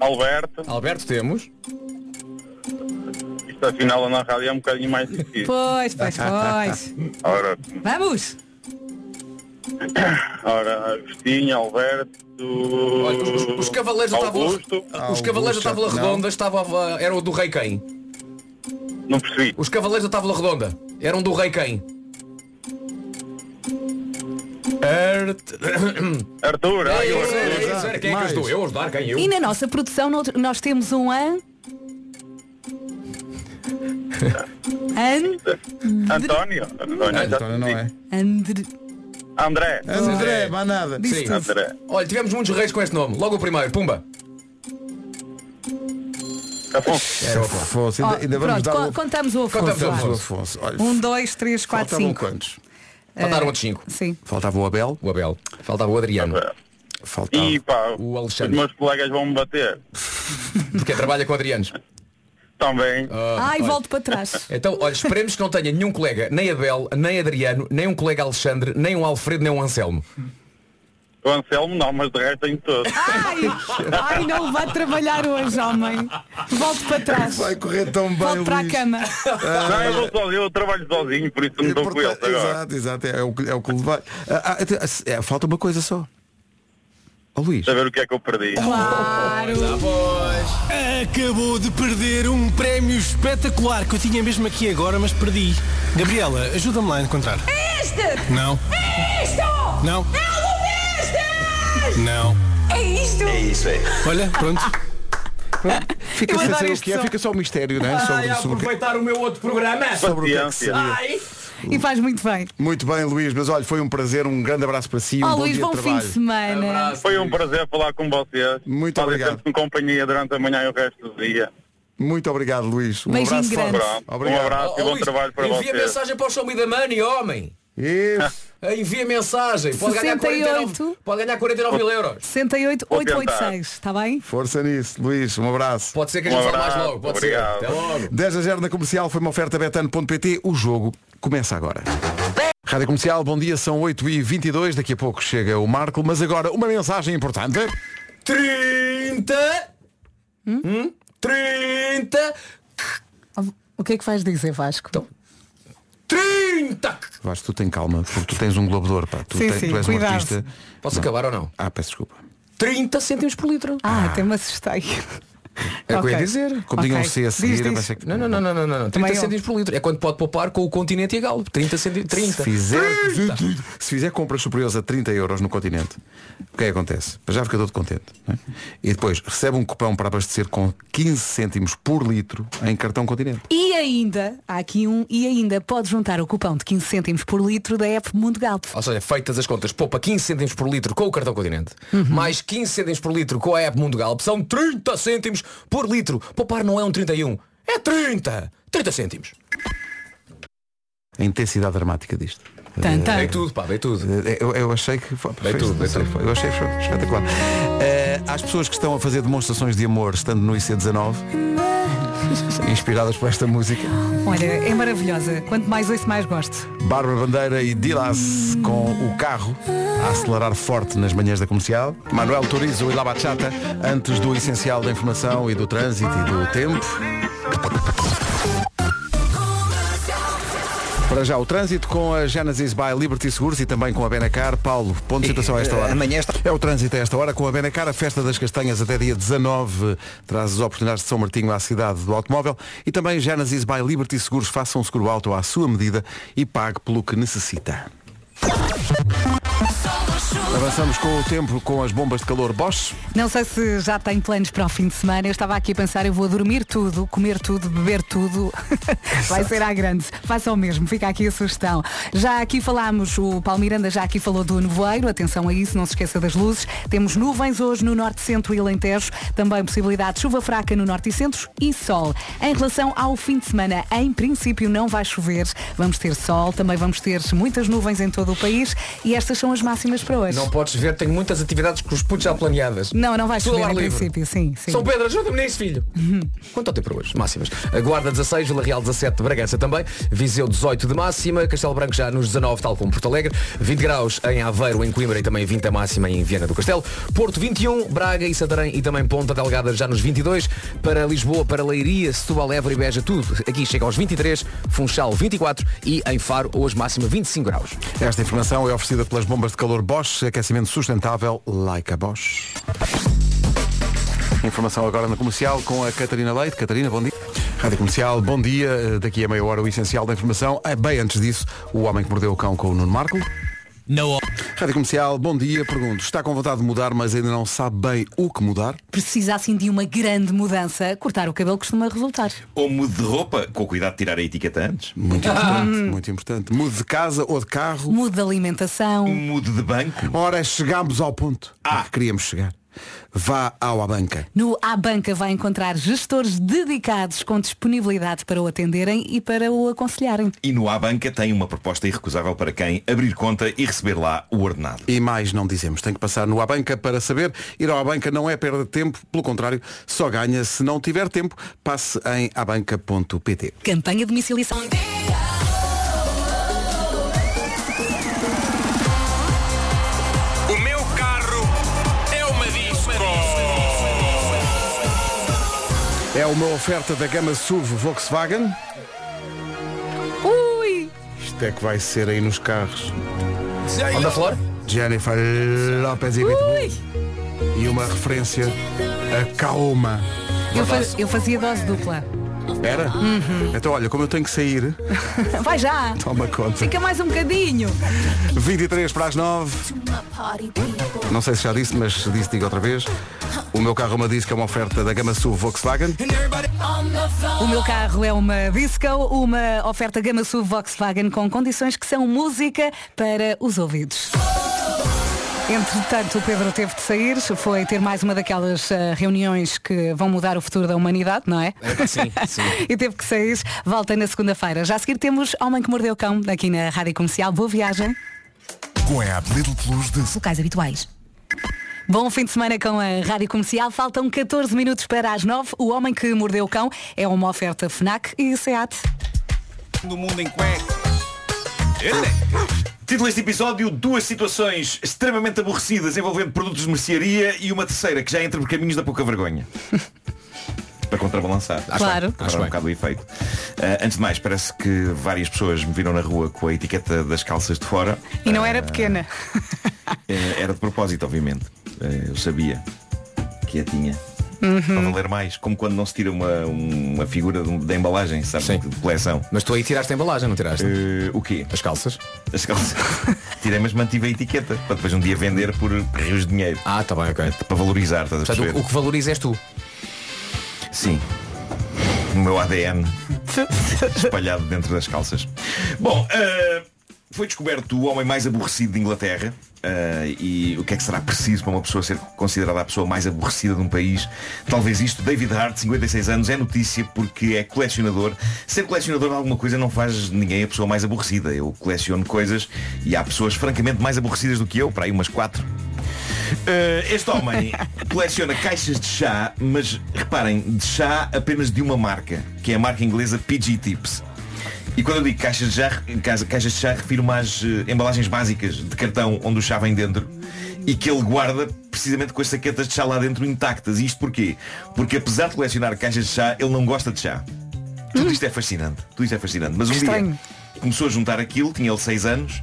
S8: Alberto.
S1: Alberto temos.
S8: Isto afinal na rádio é um bocadinho mais difícil.
S3: Pois, pois, pois.
S8: Ora,
S3: Vamos!
S8: ora Agostinho, Alberto.
S1: Olha, os, os- os cavaleiros da Távola
S8: Augusto,
S1: Os cavaleiros da Távola
S2: Augusto,
S1: Redonda estavam a- eram do Rei Quem?
S8: não percebi.
S1: Os cavaleiros da Távola Redonda eram do Rei Quem? Arte...
S8: Arthur, ai,
S1: Ah, Eu,
S8: eu-
S1: eu, eu, eu, eu, quem é que ajudou? Eu ajudar? Quem? Eu?
S3: E na nossa produção no- nós temos um an. An.
S8: António, António, já
S2: António não é.
S3: Andre.
S8: André,
S2: André, mais nada.
S1: Sim.
S8: André.
S1: Olha, tivemos muitos reis com este nome. Logo o primeiro, Pumba.
S8: tá Afonso,
S2: Era o Afonso. Ainda,
S3: Ó,
S2: ainda vamos
S3: pronto,
S2: dar um
S3: co-
S2: o... um
S3: contamos o Afonso.
S1: Contamos o
S3: vá.
S2: Afonso. Afonso. Olha,
S3: Um, dois, três, quatro,
S2: faltavam
S3: cinco.
S2: quantos?
S3: É.
S1: Faltaram outros cinco.
S3: Sim.
S2: Faltava o Abel,
S1: O Abel. Faltava o Adriano.
S2: É. faltava...
S8: e pá,
S1: O
S8: os
S1: Alexandre.
S8: meus colegas vão me bater.
S1: Porque trabalha com Adrianos.
S8: Também.
S2: Ah.
S3: Ai, volto para trás.
S1: Então, olha, esperemos que não tenha nenhum colega, nem Abel, nem Adriano, nem um colega Alexandre, nem um Alfredo, nem um Anselmo.
S8: O Anselmo não, mas de resto tenho todos.
S3: Ai, ai, não vá trabalhar hoje, homem. Volto para trás.
S2: Vai correr tão bem,
S3: Volto para a
S2: Luís.
S3: cama.
S8: Não, eu vou sozinho, eu trabalho sozinho, por isso não estou com eles
S2: Portanto,
S8: agora.
S2: Ah. É Exato, exato, é o, que- é o que vai. Ah, ah, te- é, falta uma coisa só. Ó Luís.
S8: Saber o que é que eu perdi.
S2: Ah,
S3: Claro.
S9: Acabou de perder um prémio espetacular que eu tinha mesmo aqui agora, mas perdi. Gabriela, ajuda-me lá a encontrar. É este! Não. É isto! Não. É o Não.
S4: É isto.
S9: Olha, pronto.
S2: Fica
S3: Eu
S2: sem
S3: adoro
S2: saber o
S3: este
S2: que é,
S3: som.
S2: fica só um mistério, não é? Sobre, sobre o que-
S1: o meu outro programa.
S2: sobre o que é que
S8: Paciência.
S2: se
S1: Ai.
S3: E faz muito bem.
S2: é. Muito bem, Luís, mas olha, foi um prazer, um grande abraço para si, um
S3: Ó
S2: bom
S3: Oh, Luís,
S2: dia
S3: bom
S2: de
S3: fim
S2: trabalho.
S3: de semana.
S8: Foi um prazer falar com vocês.
S2: Muito
S8: Fazem
S2: obrigado.
S8: sempre-me companhia durante a manhã e o resto do dia.
S2: Muito obrigado, Luís. Um
S3: Beijinho
S2: abraço forte.
S3: grande.
S8: Pronto.
S2: Obrigado.
S8: Um abraço e
S1: Ó,
S8: bom
S1: Oh, Luís,
S8: trabalho para
S1: Envia
S8: vocês.
S1: mensagem para o Show Me the Money, homem.
S2: Isso.
S1: Envia mensagem. Pode ganhar 49,
S3: 68.
S1: pode ganhar 49 mil euros.
S3: 68886, está tá bem?
S2: Força nisso, Luís. Um abraço.
S1: Pode ser que a
S8: Um
S1: gente fale mais
S8: abraço,
S1: logo. Pode
S8: obrigado.
S1: ser. Até logo.
S2: 10 a 0 na comercial foi uma oferta betano.pt. O jogo começa agora. Rádio Comercial, bom dia, são 8h22, daqui a pouco chega o Marco, mas agora uma mensagem importante.
S1: 30. Hum? 30.
S3: O que é que vais dizer, Vasco?
S2: Então.
S1: 30.
S2: Vasco, tu tem calma, porque tu tens um globador, pá. Tu,
S3: Sim,
S2: tens-
S3: sim,
S2: tu és um
S3: cuidado.
S2: artista.
S1: Posso acabar ou não?
S2: Ah, peço desculpa.
S1: 30 cêntimos por litro.
S3: Ah, até me assustei.
S1: É o que eu ia
S3: Ok.
S1: dizer.
S2: Como tinha um
S3: Ok.
S2: C a
S3: Diz,
S2: seguir,
S3: diz.
S2: vai ser que-
S1: Não, não, não, não, não, não, não. 30
S3: Também eu.
S1: cêntimos por litro. É quando pode poupar com o continente e a galo. 30 cêntimos. 30.
S2: Se fizer, se fizer compras superiores a 30 euros no continente, o que é que acontece? Já fica todo contente. não é? E depois recebe um cupão para abastecer com 15 cêntimos por litro em cartão continente.
S3: E ainda, há aqui um, e ainda pode juntar o cupão de 15 cêntimos por litro da app Mundo Galp.
S1: Ou seja, feitas as contas, poupa 15 cêntimos por litro com o cartão continente, mais 15 cêntimos por litro com a app Mundo Galp, são 30 cêntimos por litro. Poupar não é um 31, é 30! 30 cêntimos.
S2: A intensidade dramática disto.
S3: Tan, tan.
S1: Dei tudo, pá, dei tudo.
S2: Eh, Eu, eu achei que foi,
S1: Bem
S2: foi-
S1: tudo, bem
S2: sei,
S1: tudo.
S2: foi- eu achei que foi espetacular. Eh, às pessoas que estão a fazer demonstrações de amor estando no IC19, inspiradas por esta música,
S3: Olha, é maravilhosa. Quanto mais ouço, mais gosto.
S2: Bárbara Bandeira e Dilas com o carro a acelerar forte nas manhãs da comercial. Manuel Turizo e La Bachata antes do essencial da informação e do trânsito e do tempo. Para já o trânsito com a Genesis by Liberty Seguros e também com a Benacar. Paulo, ponto de situação a esta hora.
S5: eh, Amanhã está.
S2: É o trânsito a esta hora com a Benacar, a festa das castanhas até dia 19 traz as oportunidades de São Martinho à cidade do automóvel e também Genesis by Liberty Seguros faça um seguro alto à sua medida e pague pelo que necessita. Avançamos com o tempo com as bombas de calor Bosch.
S3: Não sei se já tem planos para o fim de semana. Eu estava aqui a pensar, eu vou dormir tudo, comer tudo, beber tudo. Vai ser à grande. Faça o mesmo, fica aqui a sugestão. Já aqui falámos, o Paulo Miranda já aqui falou do nevoeiro, atenção a isso, não se esqueça das luzes. Temos nuvens hoje no norte, centro e lentejo, também possibilidade de chuva fraca no norte e centro e sol. Em relação ao fim de semana, em princípio não vai chover, vamos ter sol, também vamos ter muitas nuvens em todo o país e estas são as máximas para hoje.
S1: Não podes ver, tenho muitas atividades com os putos já planeadas.
S3: Não, não vai
S1: Tudo ao
S3: chover
S1: ar
S3: em
S1: livre.
S3: princípio, sim, sim.
S1: São Pedro, ajuda-me nisso, filho. Quanto ao tempo para hoje? Máximas. A Guarda 16, Vila Real 17, Bragança também. Viseu 18 de máxima. Castelo Branco já nos 19, tal como Porto Alegre. 20 graus em Aveiro, em Coimbra e também 20 a máxima em Viana do Castelo. Porto 21, Braga e Santarém e também Ponta Delgada já nos 22. Para Lisboa, para Leiria, Setúbal, Évora e Beja, tudo. Aqui chega aos 23, Funchal 24 e em Faro, hoje máxima 25 graus.
S2: Esta informação é oferecida pelas bombas de calor Bosch, aquecimento sustentável, like a Bosch. Informação agora na comercial com a Catarina Leite. Catarina, bom dia. Rádio Comercial, bom dia. Eh, Daqui a meia hora o essencial da informação. Ah, Bem antes disso, o homem que mordeu o cão com o Nuno Marco. Rádio Comercial, bom dia. Pergunto, está com vontade de mudar, mas ainda não sabe bem o que mudar?
S3: precisa assim de uma grande mudança, cortar o cabelo costuma resultar.
S10: Ou mude de roupa, com cuidado de tirar a etiqueta antes.
S2: Muito importante, muito importante. Mude de casa ou de carro.
S3: Muda a alimentação.
S10: Mude de banco.
S2: Ora, chegámos ao ponto a que queríamos chegar. Vá ao à banca.
S3: No A Banca vai encontrar gestores dedicados com disponibilidade para o atenderem e para o aconselharem.
S10: E no Abanca tem uma proposta irrecusável para quem abrir conta e receber lá o ordenado.
S2: E mais não dizemos. Tem que passar no Abanca para saber. Ir ao Abanca não é perda de tempo, pelo contrário, só ganha se não tiver tempo. Passe em abanca.pt.
S3: Campanha de domiciliação.
S9: O meu carro é uma disco.
S2: É uma oferta da gama SUV Volkswagen.
S3: Ui!
S2: Isto é que vai ser aí nos carros.
S1: Onda Flor?
S2: Jennifer Lopez e Pitbull.
S3: Ui!
S2: E uma referência a Kaoma.
S3: Eu, fa- eu fazia dose dupla.
S2: Era? Então olha, como eu tenho que sair,
S3: Vai já.
S2: toma conta.
S3: Fica mais um bocadinho.
S2: 23 para as 9. Não sei se já disse, mas se disse, digo outra vez. O meu carro é uma disco, é uma oferta da gama SUV Volkswagen.
S3: O meu carro é uma disco, uma oferta Gama SUV Volkswagen com condições que são música para os ouvidos. Entretanto, o Pedro teve de sair, foi ter mais uma daquelas ah, reuniões que vão mudar o futuro da humanidade, não é?
S6: Sim, sim.
S3: e teve que sair, volta na segunda-feira. Já a seguir temos Homem que Mordeu o Cão, aqui na Rádio Comercial. Boa viagem,
S11: Com a app Lidl Plus de
S3: locais habituais. Bom fim de semana com a Rádio Comercial. Faltam 14 minutos para as 9. O Homem que Mordeu o Cão é uma oferta FNAC e SEAT.
S10: do mundo em cuecas. Título deste episódio, duas situações extremamente aborrecidas envolvendo produtos de mercearia e uma terceira que já entra por caminhos da pouca vergonha. Para contrabalançar.
S3: Claro.
S10: Para dar um bocado o efeito. Ah, antes de mais, parece que várias pessoas me viram na rua com a etiqueta das calças de fora.
S3: E não era
S10: Ah,
S3: pequena.
S10: eh, Era de propósito, obviamente. Eh, Eu sabia que a tinha. Para valer mais, como quando não se tira uma, uma figura de um- da embalagem, sabe? De coleção.
S6: Mas tu aí tiraste a embalagem, não tiraste?
S10: Eh, o quê?
S6: As calças?
S10: As calças. Tirei, mas mantive a etiqueta. Para depois um dia vender por rios de dinheiro.
S6: Ah, tá bem, ok.
S10: Para valorizar, estás a
S6: Portanto,
S10: perceber?
S6: o, o que valoriza és tu.
S10: Sim. O meu ADN espalhado dentro das calças. Bom, ah, foi descoberto o homem mais aborrecido de Inglaterra. Ah, e o que é que será preciso para uma pessoa ser considerada a pessoa mais aborrecida de um país? Talvez isto, David Hart, 56 anos, é notícia porque é colecionador. Ser colecionador de alguma coisa não faz de ninguém a pessoa mais aborrecida. Eu coleciono coisas e há pessoas francamente mais aborrecidas do que eu, para aí umas quatro. Uh, este homem coleciona caixas de chá, mas reparem, de chá apenas de uma marca, que é a marca inglesa PG Tips. E quando eu digo caixas de chá, ca- caixas de chá refiro-me às eh, embalagens básicas de cartão onde o chá vem dentro e que ele guarda precisamente com as saquetas de chá lá dentro intactas. E isto porquê? Porque apesar de colecionar caixas de chá, ele não gosta de chá. Tudo isto é fascinante. Tudo isto é fascinante. Mas um
S3: Estranho.
S10: dia começou a juntar aquilo, tinha ele 6 anos,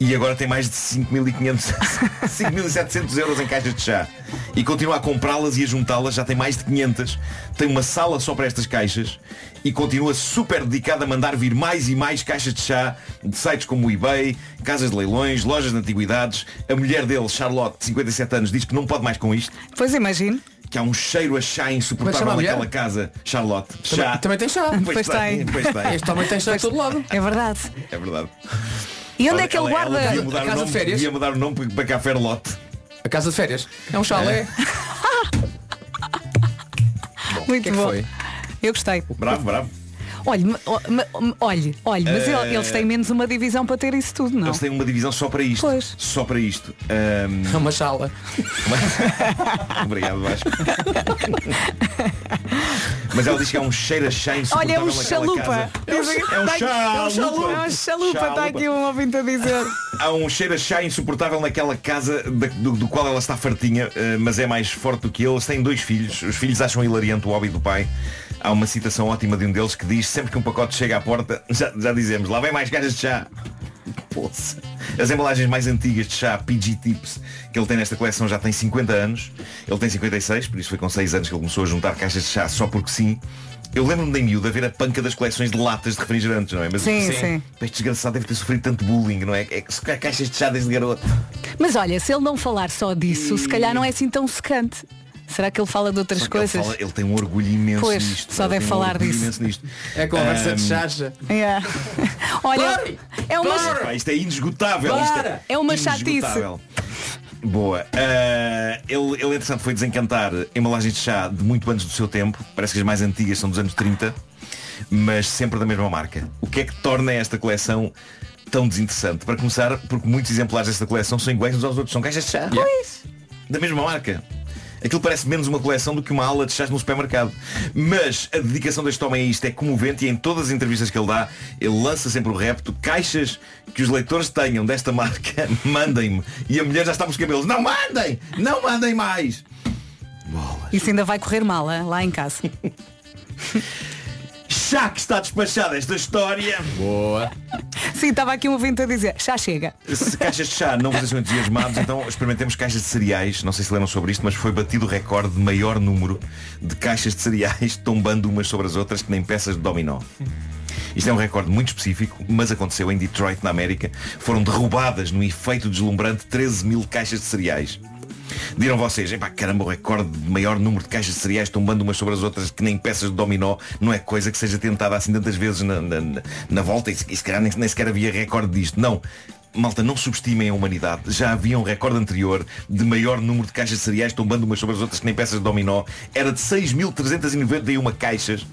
S10: e agora tem mais de 5.500, 5.700 euros em caixas de chá. E continua a comprá-las e a juntá-las, já tem mais de 500. Tem uma sala só para estas caixas e continua super dedicado a mandar vir mais e mais caixas de chá de sites como o eBay, casas de leilões, lojas de antiguidades. A mulher dele, Charlotte, de 57 anos, diz que não pode mais com isto,
S3: Pois imagino.
S10: que há um cheiro a chá insuportável
S6: a mulher?
S10: naquela casa. Charlotte, chá.
S6: Também tem chá.
S3: Pois tem.
S10: Pois tem.
S6: Este homem tem chá de todo lado.
S3: É verdade.
S10: É verdade.
S3: E onde é que ele
S10: Ela- ela
S3: guarda?
S10: devia mudar
S6: A
S10: o
S6: casa de
S10: nome-
S6: férias?
S10: Devia mudar o nome para- para Caferlote.
S6: A casa de férias. É um chalé.
S3: Muito
S6: que é que
S3: bom.
S6: foi?
S3: Eu gostei.
S10: Bravo, bravo.
S3: Olhe, ma- o- ma- olhe, olhe, mas ele- eles têm menos uma divisão para ter isso tudo, não?
S10: Eles têm uma divisão só para isto.
S3: Pois.
S10: Só para isto. Ahm,
S6: É uma chala.
S10: Obrigado, Vasco. Mas ela diz que é um cheiro a chá
S3: Olha, é
S10: insuportável
S3: um
S10: naquela
S3: chalupa.
S10: casa. É um
S3: Diz-
S10: ch- É um
S3: É um chalupa, é
S10: chalupa.
S3: um chalupa, está aqui um ouvinte a dizer.
S10: Há um cheiro a chá insuportável naquela casa da- do, do qual ela está fartinha, eh, mas é mais forte do que ele. Eles têm dois filhos. Os filhos acham hilariante o hobby do pai. Há uma citação ótima de um deles que diz sempre que um pacote chega à porta, já, já dizemos, lá vem mais gajas de chá. Poça. As embalagens mais antigas de chá PG Tips que ele tem nesta coleção já tem 50 anos. Ele tem 56, por isso foi com 6 anos que ele começou a juntar caixas de chá só porque sim. Eu lembro-me da miúda ver a panca das coleções de latas de refrigerantes, não é? Mas
S3: Sim, Sim. sim.
S10: Este desgraçado deve ter sofrido tanto bullying, não é? É que se calhar caixas de chá desde garoto.
S3: Mas olha, se ele não falar só disso, se calhar não é assim tão secante. Será que ele fala de outras
S10: Só que ele,
S3: coisas?
S10: fala- ele tem um orgulho imenso
S3: Pois,
S10: nisto.
S3: só
S10: ele
S3: deve
S10: tem um
S3: falar
S10: orgulho
S3: disso.
S10: imenso nisto.
S6: É a conversa de chacha.
S3: Yeah. É. Olha,
S6: Pare!
S3: é uma,
S10: Pá, isto é indesgotável. isto
S3: Para! É uma chatice.
S10: indesgotável. Boa. Ah, ele, ele, entretanto, foi desencantar embalagens de chá de muito antes do seu tempo. Parece que as mais antigas são dos anos 30, mas sempre da mesma marca. O que é que torna esta coleção tão desinteressante? Para começar, porque muitos exemplares desta coleção são iguais uns aos outros. São caixas de chá. Da mesma marca. Aquilo parece menos uma coleção do que uma aula de chás no supermercado. Mas a dedicação deste homem a isto é comovente e em todas as entrevistas que ele dá, ele lança sempre o repto, caixas que os leitores tenham desta marca, mandem-me. E a mulher já está nos cabelos. Não mandem! Não mandem mais!
S3: Isso ainda vai correr mal, hein, lá em casa.
S10: Já que está despachada esta história. Boa.
S3: Sim, estava aqui um ouvinte a dizer, já chega.
S10: Se caixas de chá não vos deixam entusiasmados, então experimentemos caixas de cereais. Não sei se lembram sobre isto, mas foi batido o recorde de maior número de caixas de cereais tombando umas sobre as outras que nem peças de dominó. Isto é um recorde muito específico, mas aconteceu em Detroit, na América. Foram derrubadas, num efeito deslumbrante, 13 mil caixas de cereais. Dirão vocês, epá, caramba, o recorde de maior número de caixas de cereais tombando umas sobre as outras que nem peças de dominó não é coisa que seja tentada assim tantas vezes na, na- na- na volta e se e se calhar nem, nem sequer havia recorde disto. Não. Malta, não subestimem a humanidade. Já havia um recorde anterior de maior número de caixas de cereais tombando umas sobre as outras que nem peças de dominó. Era de 6.391 caixas.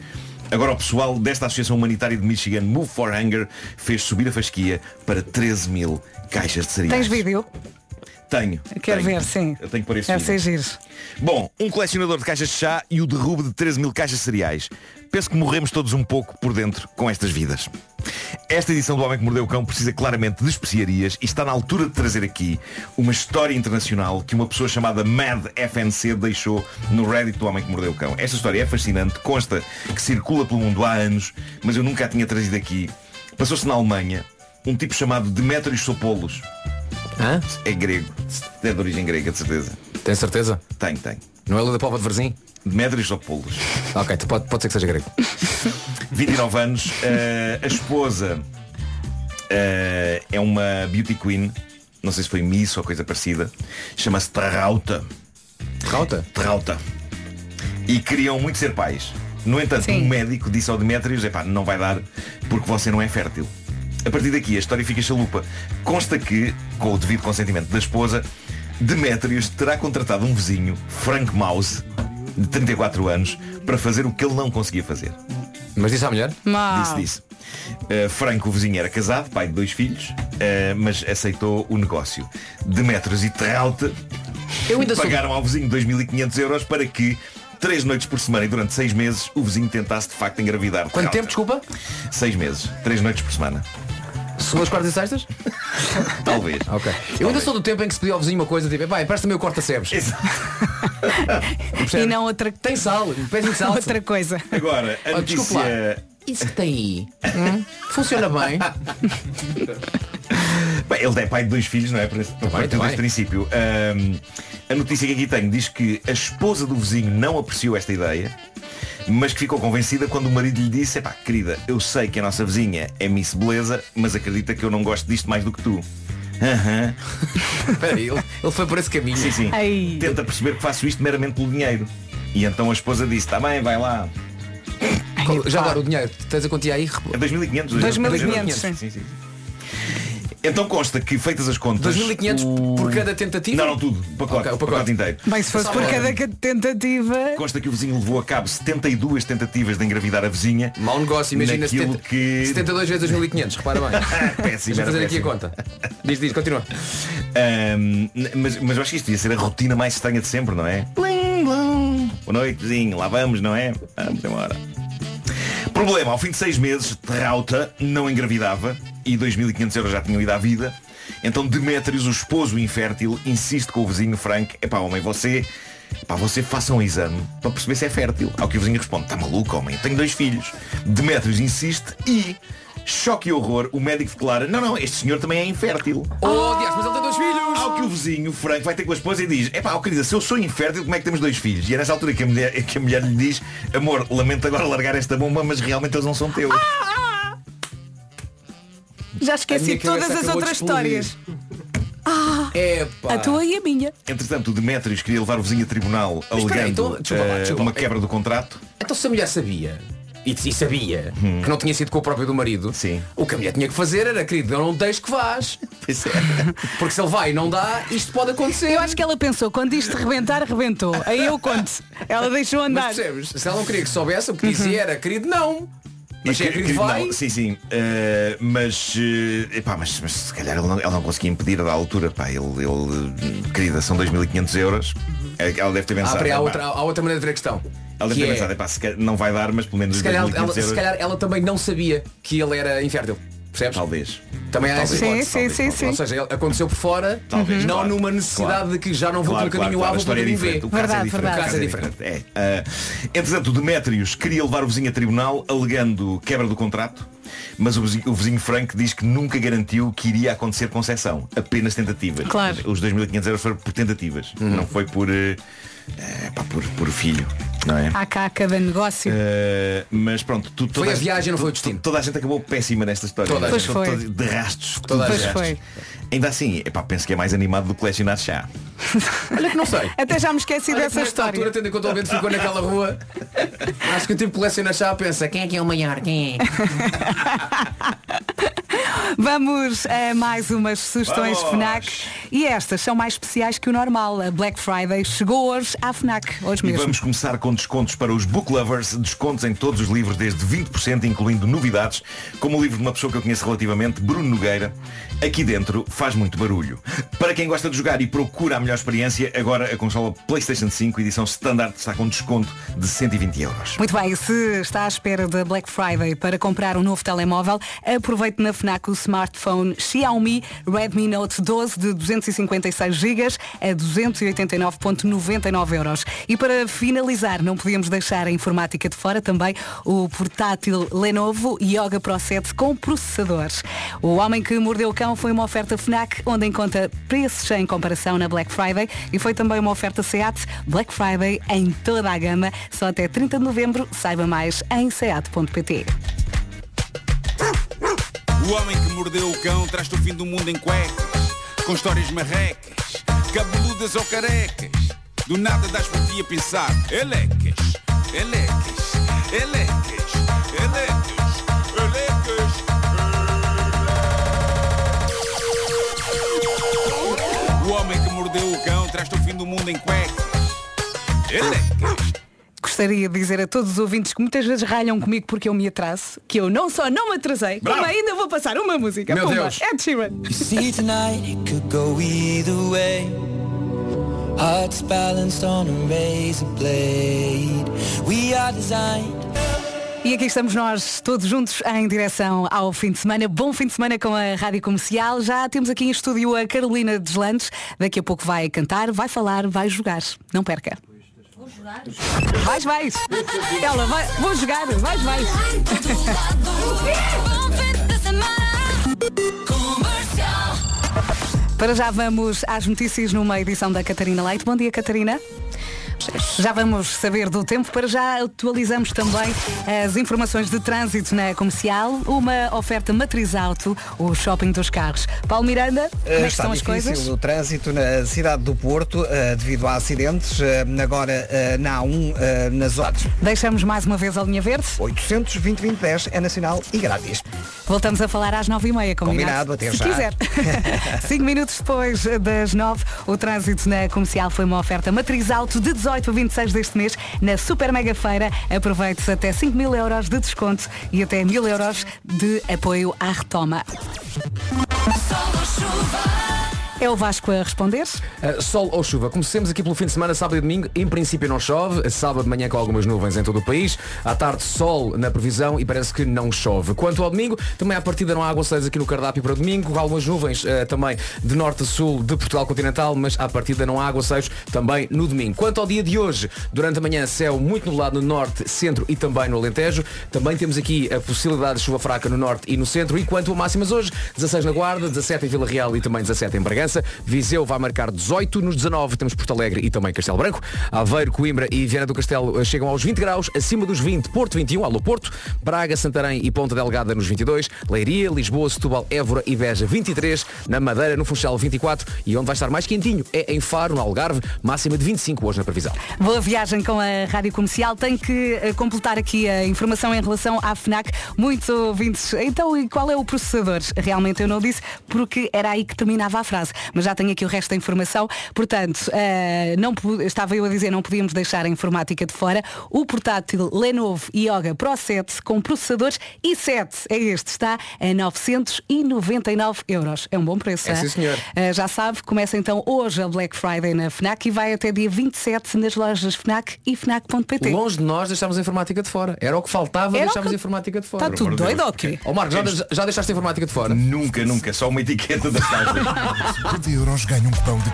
S10: Agora o pessoal desta Associação Humanitária de Michigan, Move for Hunger, fez subir a fasquia para 13 mil caixas de
S3: Tens
S10: cereais.
S3: vídeo?
S10: Tenho.
S3: Quero
S10: tenho.
S3: ver, sim.
S10: Eu tenho que pôr esse
S3: Deve
S10: vídeo.
S3: ser giro.
S10: Bom, um colecionador de caixas de chá e o derrube de 13 mil caixas de cereais. Penso que morremos todos um pouco por dentro com estas vidas. Esta edição do Homem que Mordeu o Cão precisa claramente de especiarias e está na altura de trazer aqui uma história internacional que uma pessoa chamada Mad FNC deixou no Reddit do Homem que Mordeu o Cão. Esta história é fascinante, consta que circula pelo mundo há anos, mas eu nunca a tinha trazido aqui. Passou-se na Alemanha um tipo chamado Demetrios Sopolos. É grego. É de origem grega, de certeza.
S6: Tem certeza?
S10: Tenho, tenho.
S6: Não é Lula da Pova de Verzim?
S10: Demetrios Sopolos.
S6: Ok, tu pode, pode ser que seja grego.
S10: 29 anos, eh, a esposa eh, é uma beauty queen, não sei se foi Miss ou coisa parecida, chama-se Terrauta.
S6: Terrauta?
S10: Terrauta. E queriam muito ser pais. No entanto, um médico disse ao Demetrius, epá, não vai dar porque você não é fértil. A partir daqui a história fica chalupa. Consta que, com o devido consentimento da esposa, Demetrius terá contratado um vizinho, Frank Mouse, de 34 anos, para fazer o que ele não conseguia fazer.
S6: Mas disse à mulher?
S10: Disse,
S6: Ah.
S10: disse. Uh, Franco, o vizinho, era casado, pai de dois filhos, uh, mas aceitou o negócio. Demetrios e Terralte
S6: Eu ainda sou-
S10: pagaram ao vizinho 2.500 euros para que três noites por semana e durante seis meses o vizinho tentasse de facto engravidar. Quanto tempo,
S6: desculpa?
S10: Seis meses. Três noites por semana.
S6: Segundas, quartas e sextas?
S10: Talvez.
S6: Ok. Eu ainda sou do tempo em que se pediu ao vizinho uma coisa tipo, pá, empresta-me o corta-sebes.
S3: E não outra
S6: Tem sal, pezinho de sal.
S3: Outra coisa.
S10: Agora, a
S6: Oh, desculpa lá.
S10: notícia...
S6: Isso que tem aí. hum, Funciona bem.
S10: Bem, ele é pai de dois filhos, não é? Por esse- por parte
S6: tá
S10: desse
S6: bem.
S10: princípio. Ahm, a notícia que aqui tenho diz que a esposa do vizinho não apreciou esta ideia, mas que ficou convencida quando o marido lhe disse, epá, querida, eu sei que a nossa vizinha é Miss Beleza, mas acredita que eu não gosto disto mais do que tu. Aham.
S6: ele, foi por esse caminho.
S10: Sim, sim.
S3: Ai.
S10: Tenta perceber que faço isto meramente pelo dinheiro. E então a esposa disse, está bem, vai lá.
S6: Qual- Já agora o dinheiro, tens a quantia aí?
S10: É 2.500. hoje.
S6: 2.500,
S10: sim. sim, sim. Então consta que feitas as contas.
S6: 2.500 por cada tentativa?
S10: Não, não tudo. O pacote, o pacote. inteiro.
S3: Bem, se fosse por cada tentativa.
S10: Consta que o vizinho levou a cabo 72 tentativas de engravidar a vizinha.
S6: Mau negócio, imagina
S10: naquilo
S6: 70
S10: que...
S6: 72 vezes 2.500, repara bem.
S10: Péssimo,
S6: Deixa-me
S10: era
S6: fazer aqui a
S10: péssimo.
S6: conta. Diz, diz, continua.
S10: Ahm, n- mas, mas eu acho que isto ia ser a rotina mais estranha de sempre, não é? Blim, blum. Boa noite, vizinho. Lá vamos, não é? Vamos embora. Problema, ao fim de seis meses, Terrauta não engravidava e 2.500 euros já tinham ido à vida. Então Demetrios, o esposo infértil, insiste com o vizinho Frank, epá homem, você, epá, você faça um exame para perceber se é fértil. Ao que o vizinho responde, está maluco homem, eu tenho dois filhos. Demetrios insiste e, choque e horror, o médico declara, não, não, este senhor também é infértil.
S6: Oh, dias, mas ele tem dois filhos!
S10: Ao que o vizinho, o Frank, vai ter com a esposa e diz Epá, ó querida, se eu sou infértil, como é que temos dois filhos? E é nessa altura que a mulher, que a mulher lhe diz Amor, lamento agora largar esta bomba, mas realmente eles não são teus
S6: Ah!
S3: Já
S10: A
S3: esqueci
S10: minha cabeça
S3: todas as
S10: acabou de
S3: outras
S10: explodir.
S3: histórias. Ah, a tua e a minha.
S10: Entretanto, o Demetrios queria levar o vizinho a tribunal
S6: Mas espera aí,
S10: alegando
S6: então, desculpa lá,
S10: eh,
S6: desculpa lá.
S10: uma quebra do contrato
S6: Então se a mulher sabia, e, e sabia,
S10: Hum.
S6: que não tinha sido com o próprio do marido, Sim. o que a mulher tinha que fazer era, querido, eu não deixo que vás. Porque se ele vai e não dá, isto pode acontecer.
S3: Eu acho que ela pensou, quando isto rebentar, rebentou. Aí eu conto. Ela deixou andar.
S6: Mas percebes? Se ela não queria que soubesse, o
S3: Uhum.
S6: que dizia era, querido, não. Mas
S10: E
S6: se é
S10: que-
S6: querido, vai.
S10: não, sim, sim. Eh, mas, eh, epá, mas, mas se calhar ele não, ele não conseguia impedir a da altura. Pá, ele, ele, eh, querida, são 2.500 euros. Eh, Ela deve ter
S6: Ah,
S10: pensado.
S6: peraí, há,
S10: "Epá,
S6: outra, há outra maneira de ver a questão.
S10: Ela deve
S6: que
S10: ter
S6: é-
S10: pensado, epá, se calhar não vai dar, mas pelo menos
S6: Se
S10: os
S6: calhar,
S10: 2.500
S6: ela,
S10: euros.
S6: se calhar ela também não sabia que ele era infértil.
S1: Percebes?
S10: Talvez.
S1: Também há essa
S10: Talvez.
S1: hipótese.
S10: Sim, sim, sim, sim.
S1: Ou seja, ele aconteceu por fora,
S10: Talvez,
S1: não
S10: claro,
S1: numa necessidade
S10: claro.
S1: de que já não vou
S10: Claro,
S1: pelo caminho
S10: claro, claro,
S1: A,
S10: a
S1: vou
S10: história
S1: pelo
S10: é
S1: caminho
S10: diferente.
S1: B.
S10: O caso é diferente. O caso é diferente. É. Ah, entretanto, o Demétrios queria levar o vizinho a tribunal alegando quebra do contrato, mas o vizinho, o vizinho Frank diz que nunca garantiu que iria acontecer concessão, apenas tentativas.
S12: Claro.
S10: Os 2.500 euros foram por tentativas,
S1: Uhum.
S10: não foi por, eh, eh, pá, por, por filho. Não é?
S3: Há cá cada negócio.
S10: Uh, mas pronto, tu, toda
S3: Foi a viagem, não
S10: tu-
S3: foi o
S10: tu- Toda a gente acabou péssima nesta história.
S3: Toda a Pois gente. foi.
S10: Todo- De rastos.
S3: Toda a
S10: tudo de
S3: gente.
S10: rastos. Ainda assim, epá, penso que é mais animado do que lecionar chá.
S1: Olha que não sei.
S12: Até já me esqueci
S1: É. Olha, é
S12: dessa
S1: nesta
S12: história.
S1: tá altura, tendo em conta o vento ficou naquela rua, acho que o tipo que coleciona chá pensa, quem é que é o maior? Quem é?
S3: Vamos a mais umas sugestões
S1: Vamos!
S3: FNAC e estas são mais especiais que o normal. A Black Friday chegou hoje à FNAC, hoje
S10: E
S3: mesmo.
S10: vamos começar com descontos para os book lovers, descontos em todos os livros desde 20%, incluindo novidades, como o livro de uma pessoa que eu conheço relativamente, Bruno Nogueira. Aqui dentro faz muito barulho. Para quem gosta de jogar e procura a melhor experiência, agora a consola PlayStation 5 edição standard está com desconto de 120 euros.
S3: Muito bem, se está à espera da Black Friday para comprar um novo telemóvel, aproveite na FNAC o smartphone Xiaomi Redmi Note 12 de 256 GB a 289.99 euros. E para finalizar, não podíamos deixar a informática de fora também o portátil Lenovo Yoga Pro 7 com processadores. O Homem que Mordeu o Cão foi uma oferta FNAC onde encontra preços em comparação na Black Friday e foi também uma oferta SEAT Black Friday em toda a gama. Só até 30 de novembro. Saiba mais em seat.pt.
S13: O homem que mordeu o cão traz-te o fim do mundo em cuecas, com histórias marrecas, cabeludas ou carecas. Do nada das por ti a pensar, elecas, elecas, elecas, elecas, elecas. O homem que mordeu o cão traz-te o fim do mundo em cuecas. Elecas.
S3: Gostaria de dizer a todos os ouvintes que muitas vezes ralham comigo porque eu me atraso, que eu não só não me atrasei,
S4: Bravo!
S3: como ainda vou passar uma música.
S4: Meu
S3: Pumba,
S4: Deus!
S3: Ed Sheeran.
S4: You see tonight it could go either way. Hearts balanced on a razor blade. We are designed.
S3: E aqui estamos nós todos juntos em direção ao fim de semana. Bom fim de semana com a Rádio Comercial. Já temos aqui em estúdio a Carolina Deslandes. Daqui a pouco vai cantar, vai falar, vai jogar. Não perca. Vais, vais. Ela vai, vou jogar, vais, vais. Para já vamos às notícias numa edição da Catarina Leite. Bom dia, Catarina. Já vamos saber do tempo. Para já atualizamos também as informações de trânsito na comercial. Uma oferta matriz alto, o shopping dos carros. Paulo Miranda, como é que
S5: Eh, Está
S3: estão as
S5: difícil
S3: coisas?
S5: o trânsito na cidade do Porto eh, devido a acidentes. eh, agora eh, na A1, eh, na zona.
S3: Deixamos mais uma vez a linha verde.
S5: 820 2010 é nacional e grátis.
S3: Voltamos a falar às nove e meia, combinado?
S5: Combinado, até
S3: Se
S5: já.
S3: quiser. Cinco minutos depois das nove, o trânsito na comercial foi uma oferta matriz alto de 18 a 26 deste mês na Super Mega Feira. Aproveite-se até 5 mil euros de desconto e até mil euros de apoio à retoma. É o Vasco a responder?
S1: Uh, sol ou chuva? Comecemos aqui pelo fim de semana, sábado e domingo. Em princípio não chove. Eh, Sábado de manhã com algumas nuvens em todo o país. À tarde sol na previsão e parece que não chove. Quanto ao domingo, também à partida não há aguaceiros aqui no cardápio para o domingo. Algumas nuvens eh, também de norte a sul de Portugal continental, mas à partida não há aguaceiros também no domingo. Quanto ao dia de hoje, durante a manhã céu muito nublado no norte, centro e também no Alentejo. Também temos aqui a possibilidade de chuva fraca no norte e no centro. E quanto a máximas hoje, 16 na Guarda, 17 em Vila Real e também 17 em Bragança. Viseu vai marcar 18, nos 19 temos Porto Alegre e também Castelo Branco. Aveiro, Coimbra e Viana do Castelo eh, chegam aos 20 graus, acima dos 20, Porto 21, alô Porto, Braga, Santarém e Ponta Delgada nos 22, Leiria, Lisboa, Setúbal, Évora e Beja 23, na Madeira, no Funchal 24 e onde vai estar mais quentinho é em Faro, no Algarve, máxima de 25 hoje na previsão.
S3: Boa viagem com a Rádio Comercial. Tenho que eh, completar aqui a informação em relação à FNAC. Muitos ouvintes. Então, e qual é o processador? Realmente eu não disse, porque era aí que terminava a frase. mas já tenho aqui o resto da informação. Portanto, eh, não pu- estava eu a dizer, não podíamos deixar a informática de fora. O portátil Lenovo Yoga Pro 7 com processadores i7 é este, está a 999 euros. É um bom preço,
S1: É,
S3: hã?
S1: sim, senhor.
S3: Eh, já sabe, começa então hoje a Black Friday na FNAC e vai até dia 27 nas lojas FNAC e FNAC.pt.
S1: Longe de nós deixámos a informática de fora. Era o que faltava,
S3: Era o
S1: deixámos a
S3: que-
S1: informática de fora.
S3: Tá tudo doido ou quê?
S1: Ó Marcos, já, de- já deixaste a informática de fora?
S10: Nunca, nunca. Só uma etiqueta da casa.
S11: 20 euros ganha um cupão de...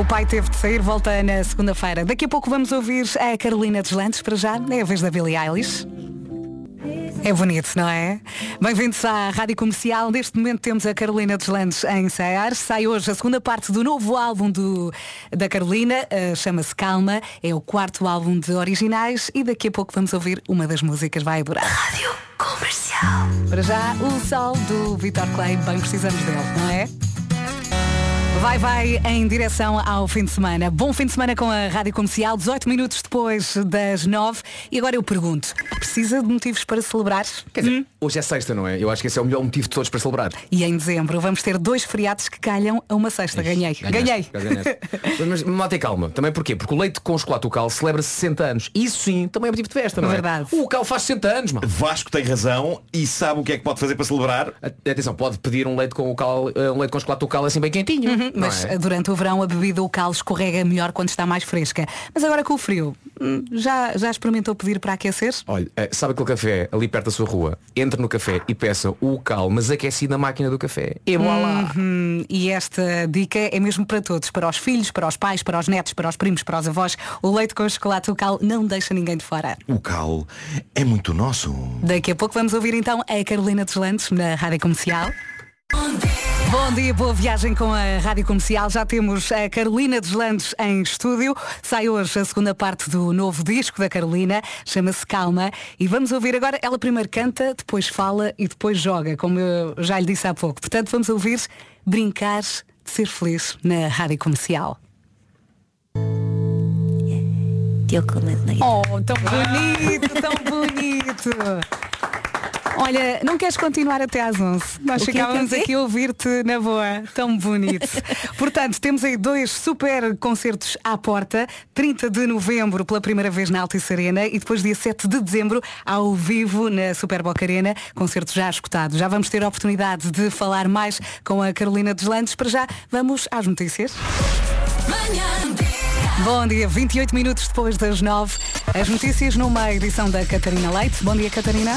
S3: O pai teve de sair, volta na segunda-feira. Daqui a pouco vamos ouvir a Carolina Deslantes, para já, é a vez da Billie Eilish. É bonito, não é? Bem-vindos à Rádio Comercial. Neste momento temos a Carolina Deslandes em ensaiar. Sai hoje a segunda parte do novo álbum do- da Carolina, eh, chama-se Calma, é o quarto álbum de originais e daqui a pouco vamos ouvir uma das músicas. Vai adorar. Rádio Comercial. Para já, o sol do Vitor Clay, bem precisamos dele, não é? Vai, vai em direção ao fim de semana. Bom fim de semana com a Rádio Comercial, 18 minutos depois das 9. E agora eu pergunto, precisa de motivos para celebrar?
S1: Quer
S3: Hum.
S1: dizer, hoje é sexta, não é? Eu acho que esse é o melhor motivo de todos para celebrar.
S3: E em dezembro vamos ter dois feriados que calham a uma sexta. Ganhei. Ganhei.
S1: Ganhaste. Mas mantém calma. Também porquê? Porque o leite com chocolate do Cal celebra 60 anos. Isso sim, também é motivo de festa, não é?
S3: Verdade.
S1: O Cal faz 60 anos, mano.
S10: Vasco tem razão e sabe o que é que pode fazer para celebrar.
S1: Atenção, pode pedir um leite com o Cal, eh, um leite com chocolate do Cal assim bem quentinho.
S3: Uhum,
S1: não
S3: mas
S1: é?
S3: durante o verão a bebida o cal escorrega melhor quando está mais fresca. Mas agora com o frio, hum, já, já experimentou pedir para aquecer?
S1: Olha, eh, sabe aquele café ali perto da sua rua? Entre no café e peça o cal, mas aquecido na máquina do café.
S3: Hum.
S1: E voilà.
S3: Uhum, E esta dica é mesmo para todos, para os filhos, para os pais, para os netos, para os primos, para os avós. O leite com chocolate local não deixa ninguém de fora.
S10: O cal é muito nosso.
S3: Daqui a pouco vamos ouvir então a Carolina Deslantes na Rádio Comercial. Bom dia, boa viagem com a Rádio Comercial. Já temos a Carolina Deslandes em estúdio. Sai hoje a segunda parte do novo disco da Carolina, chama-se Calma. E vamos ouvir agora, ela primeiro canta, depois fala e depois joga, como eu já lhe disse há pouco. Portanto, vamos ouvir Brincar de Ser Feliz na Rádio Comercial. Oh, tão bonito, tão bonito. Olha, não queres continuar até às 11? Nós
S12: O quê?
S3: ficávamos
S12: Quer dizer?
S3: aqui a ouvir-te na boa. Tão bonito. Portanto, temos aí dois super concertos à porta. 30 de novembro pela primeira vez na Altice Arena e depois dia 7 de dezembro ao vivo na Super Boca Arena. Concerto já escutado. Já vamos ter a oportunidade de falar mais com a Carolina Deslandes. Para já, vamos às notícias. Bom dia, 28 minutos depois das 9. As notícias numa edição da Catarina Leite. Bom dia, Catarina.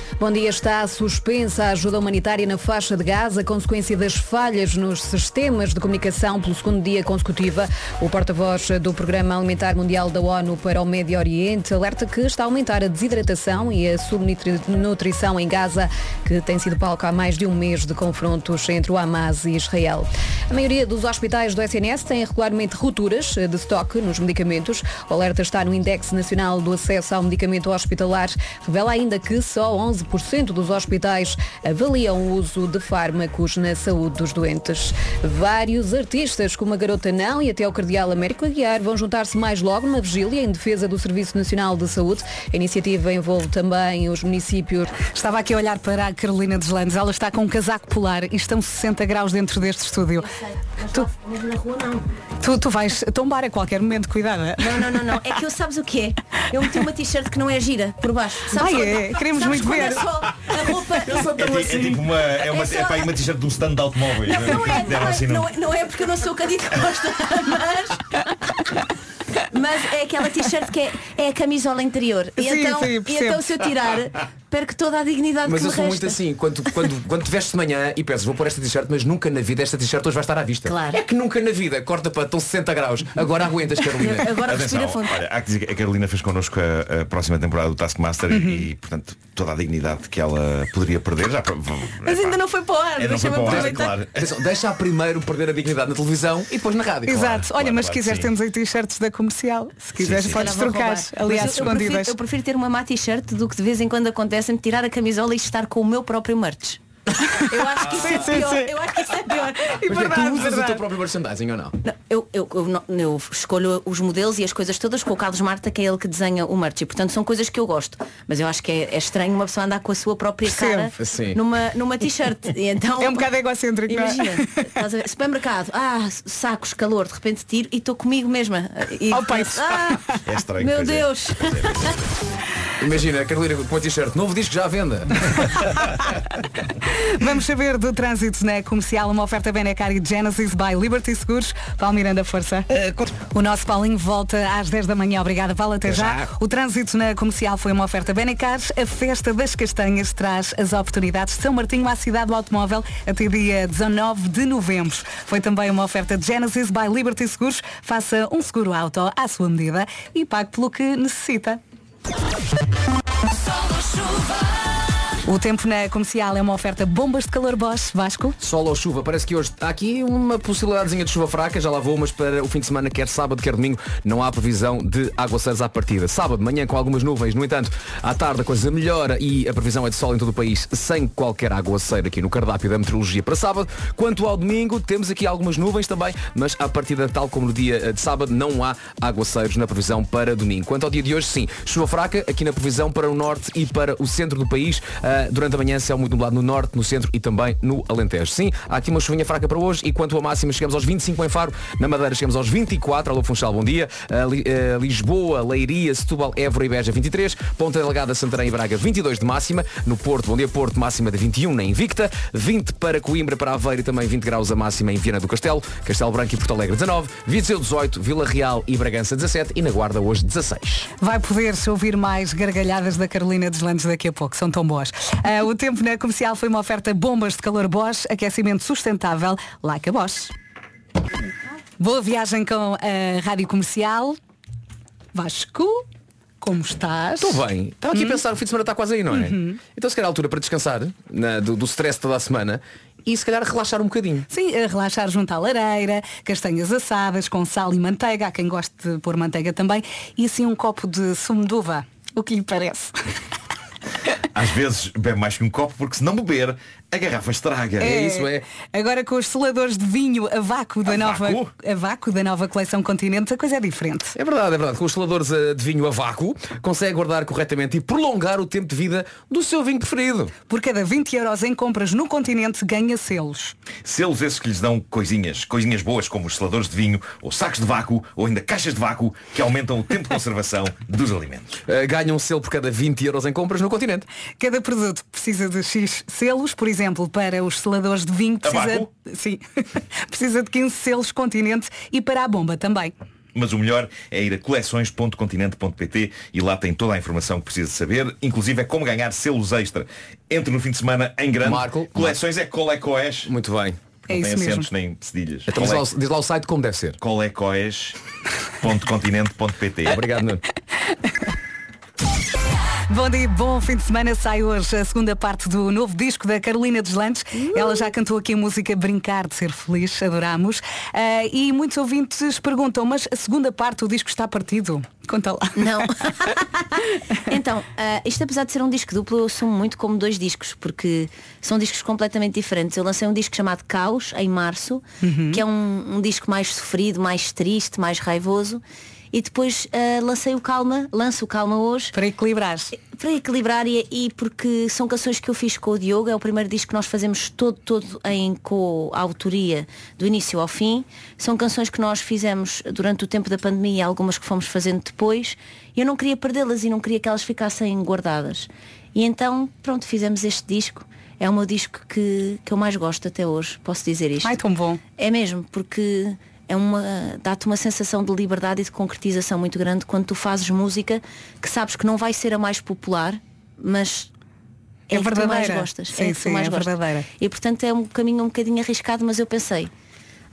S12: Bom dia, está suspensa a ajuda humanitária na faixa de Gaza, a consequência das falhas nos sistemas de comunicação pelo segundo dia consecutiva. O porta-voz do Programa Alimentar Mundial da ONU para o Médio Oriente alerta que está a aumentar a desidratação e a subnutrição em Gaza, que tem sido palco há mais de um mês de confrontos entre o Hamas e Israel. A maioria dos hospitais do SNS tem regularmente rupturas de estoque nos medicamentos. O alerta está no Index Nacional do Acesso ao Medicamento Hospitalar. Revela ainda que só 11% dos hospitais avaliam o uso de fármacos na saúde dos doentes. Vários artistas, como a Garota Não e até o Cardeal Américo Aguiar, vão juntar-se mais logo numa vigília em defesa do Serviço Nacional de Saúde. A iniciativa envolve também os municípios.
S3: Estava aqui a olhar para a Carolina Deslandes. Ela está com um casaco polar e estão 60 graus dentro deste estúdio. Tu,
S14: Mas na rua não.
S3: tu, tu vais tombar a qualquer momento, cuidado.
S14: Não, não, não, não. É que eu sabes o que é? Eu meti uma t-shirt que não é gira por baixo. Sabes
S3: Ah,
S14: quando-
S3: é? Queremos
S14: sabes
S3: muito
S14: quando
S3: ver.
S14: É só a roupa.
S10: É, ti- é tipo uma. É, uma, é, pá, aí uma t-shirt de um stand de automóveis.
S14: assim, Não, não é,
S10: Deram
S14: não
S10: assim
S14: é,
S10: num-
S14: não é- não é porque eu não sou o Cândido Costa, mas, mas é aquela t-shirt que é, é a camisola interior. E,
S1: Sim,
S14: então,
S1: sim,
S14: e
S1: percebo.
S14: então se eu tirar, perco toda a dignidade
S1: Mas
S14: que
S1: eu
S14: me
S1: sou muito
S14: resta.
S1: assim, quando, quando, quando te vestes de manhã e pensas, vou pôr esta t-shirt, mas nunca na vida esta t-shirt hoje vai estar à vista.
S14: Claro.
S1: É que nunca na vida, corta para estão 60 graus. Agora aguentas, Carolina.
S10: Atenção, olha, é há que dizer que a Carolina fez connosco a, a próxima temporada do Taskmaster
S14: Uhum.
S10: e, portanto, toda a dignidade que ela poderia perder já.
S14: Mas ainda não foi para o ar,
S10: É, não foi
S14: deixa-me
S10: para o ar,
S14: aproveitar.
S10: claro.
S1: Atenção, deixa primeiro perder a dignidade na televisão e depois na rádio.
S3: Exato. Olha, mas se
S1: claro,
S3: quiseres
S1: sim.
S3: temos aí t-shirts da comercial. Se quiseres podes
S14: Agora vou
S3: trocar.
S14: roubar.
S3: Aliás,
S14: Mas eu, eu prefiro,
S3: escondidas.
S14: eu prefiro ter uma má t-shirt do que de vez em quando acontece-me tirar a camisola e estar com o meu próprio merch. Eu acho que isso é
S15: Sim, sim,
S14: pior.
S15: sim.
S14: Eu acho que isso é pior.
S15: Mas é que tu usas o teu próprio merchandising ou não?
S14: Não, eu, eu, eu não- eu escolho os modelos e as coisas todas com o Carlos Marta, que é ele que desenha o merch. E, portanto, são coisas que eu gosto. Mas eu acho que é, é estranho uma pessoa andar com a sua própria cara
S15: Percebo. Sim.
S14: numa, numa t-shirt. E Então,
S3: É um bocado egocêntrico, não é?
S14: Imagina, estás a ver, supermercado, ah, sacos, calor, de repente tiro e estou comigo mesma. E
S3: Ao
S14: penso,
S3: peito.
S14: ah,
S10: É estranho.
S14: meu
S10: pois é.
S14: Deus.
S1: Imagina, a Carolina com a t-shirt, novo disco já à venda.
S3: Vamos saber do trânsito na comercial, uma oferta Benecar e Genesis by Liberty Seguros. Paulo Miranda, força. O nosso Paulinho volta às 10 da manhã. Obrigada, Paulo, até,
S16: Até
S3: já.
S16: já.
S3: O trânsito na comercial foi uma oferta Benecar. A festa das castanhas traz as oportunidades de São Martinho à cidade do automóvel até dia 19 de novembro. Foi também uma oferta Genesis by Liberty Seguros. Faça um seguro auto à sua medida e pague pelo que necessita. O tempo na comercial é uma oferta bombas de calor Bosch, Vasco.
S1: Sol ou chuva, parece que hoje há aqui uma possibilidadezinha de chuva fraca, já lá vou, mas para o fim de semana, quer sábado, quer domingo, não há previsão de aguaceiros à partida. Sábado, de manhã com algumas nuvens, no entanto, à tarde a coisa melhora e a previsão é de sol em todo o país, sem qualquer aguaceiro aqui no cardápio da meteorologia para sábado. Quanto ao domingo, temos aqui algumas nuvens também, mas à partida, tal como no dia eh, de sábado, não há aguaceiros na previsão para domingo. Quanto ao dia de hoje, sim, chuva fraca aqui na previsão para o norte e para o centro do país. Ah, durante a manhã, céu muito nublado no norte, no centro e também no Alentejo. Sim, há aqui uma chuvinha fraca para hoje e quanto à máxima, chegamos aos 25 em Faro, na Madeira chegamos aos 24, Alô Funchal, bom dia. Ah, Li- ah, Lisboa, Leiria, Setúbal, Évora e Beja, 23. Ponta Delgada, Santarém e Braga, 22 de máxima. No Porto, bom dia, Porto, máxima de 21 na Invicta. 20 para Coimbra, para Aveiro e também 20 graus a máxima em Viana do Castelo. Castelo Branco e Porto Alegre, 19. Viseu, 18. Vila Real e Bragança, 17. E na Guarda, hoje, 16.
S3: Vai poder-se ouvir mais gargalhadas da Carolina dos Landes daqui a pouco, são tão boas. Ah, o tempo na comercial foi uma oferta bombas de calor Bosch, aquecimento sustentável, like a Bosch. Boa viagem com a Rádio Comercial. Vasco, como estás?
S1: Estou bem. Estava aqui a
S3: Hum?
S1: pensar, o fim de semana está quase aí, não é?
S3: Uhum.
S1: Então se calhar a altura para descansar na- do, do stress toda a semana e se calhar relaxar um bocadinho.
S3: Sim, a relaxar junto à lareira, castanhas assadas com sal e manteiga, há quem goste de pôr manteiga também, e assim um copo de sumo de uva, o que lhe parece.
S10: Às vezes bebe mais que um copo porque se não beber, a garrafa estraga.
S14: É.
S3: É. Agora com os seladores de vinho a vácuo da, nova, a vácuo da nova coleção Continente, a coisa é diferente.
S1: É verdade, é verdade. Com os seladores eh, de vinho a vácuo, consegue guardar corretamente e prolongar o tempo de vida do seu vinho preferido.
S3: Por cada 20 euros em compras no Continente, ganha selos.
S10: Selos esses que lhes dão coisinhas, coisinhas boas como os seladores de vinho, ou sacos de vácuo, ou ainda caixas de vácuo, que aumentam o tempo de conservação dos alimentos.
S1: Eh, Ganha um selo por cada 20 euros em compras no continente.
S3: Cada produto precisa de X selos, por exemplo, para os seladores de vinho precisa,
S10: Tabaco?
S3: sim, precisa de 15 selos Continente e para a bomba também.
S10: Mas o melhor é ir a coleções.continente.pt e lá tem toda a informação que precisa saber, inclusive é como ganhar selos extra. Entre no fim de semana em grande.
S1: Marco.
S10: Coleções é colecoes.
S1: Muito bem.
S10: Não
S1: É
S10: tem
S1: isso mesmo.
S10: acentos nem cedilhas.
S1: Então, diz, lá, o- diz lá o site como deve ser.
S10: Colecoes.continente.pt
S1: Obrigado, Nuno.
S3: Bom dia, bom fim de semana. Sai hoje a segunda parte do novo disco da Carolina dos Landes. Ela já cantou aqui a música Brincar de Ser Feliz, adorámos. Ah, e muitos ouvintes perguntam, mas a segunda parte, o disco está partido? Conta lá.
S14: Não. Então, ah, isto apesar de ser um disco duplo, eu assumo muito como dois discos, porque são discos completamente diferentes. Eu lancei um disco chamado Caos, em março,
S17: Uhum.
S14: que é um, um disco mais sofrido, mais triste, mais raivoso. E depois ah, lancei o Calma, lanço o Calma hoje.
S3: Para equilibrar.
S14: Para equilibrar e, e porque são canções que eu fiz com o Diogo, é o primeiro disco que nós fazemos todo, todo em co-autoria, do início ao fim. São canções que nós fizemos durante o tempo da pandemia e algumas que fomos fazendo depois. Eu não queria perdê-las e não queria que elas ficassem guardadas. E então, pronto, fizemos este disco. É o meu disco que, que eu mais gosto até hoje, posso dizer isto.
S3: Ai, tão bom.
S14: É mesmo, porque é uma, dá-te uma sensação de liberdade e de concretização muito grande quando tu fazes música que sabes que não vai ser a mais popular, mas é,
S3: É
S14: a que tu mais
S3: verdadeira.
S14: gostas.
S3: Sim,
S14: a que tu
S3: sim,
S14: mais
S3: é
S14: gostas.
S3: verdadeira.
S14: E portanto é um caminho um bocadinho arriscado, mas eu pensei,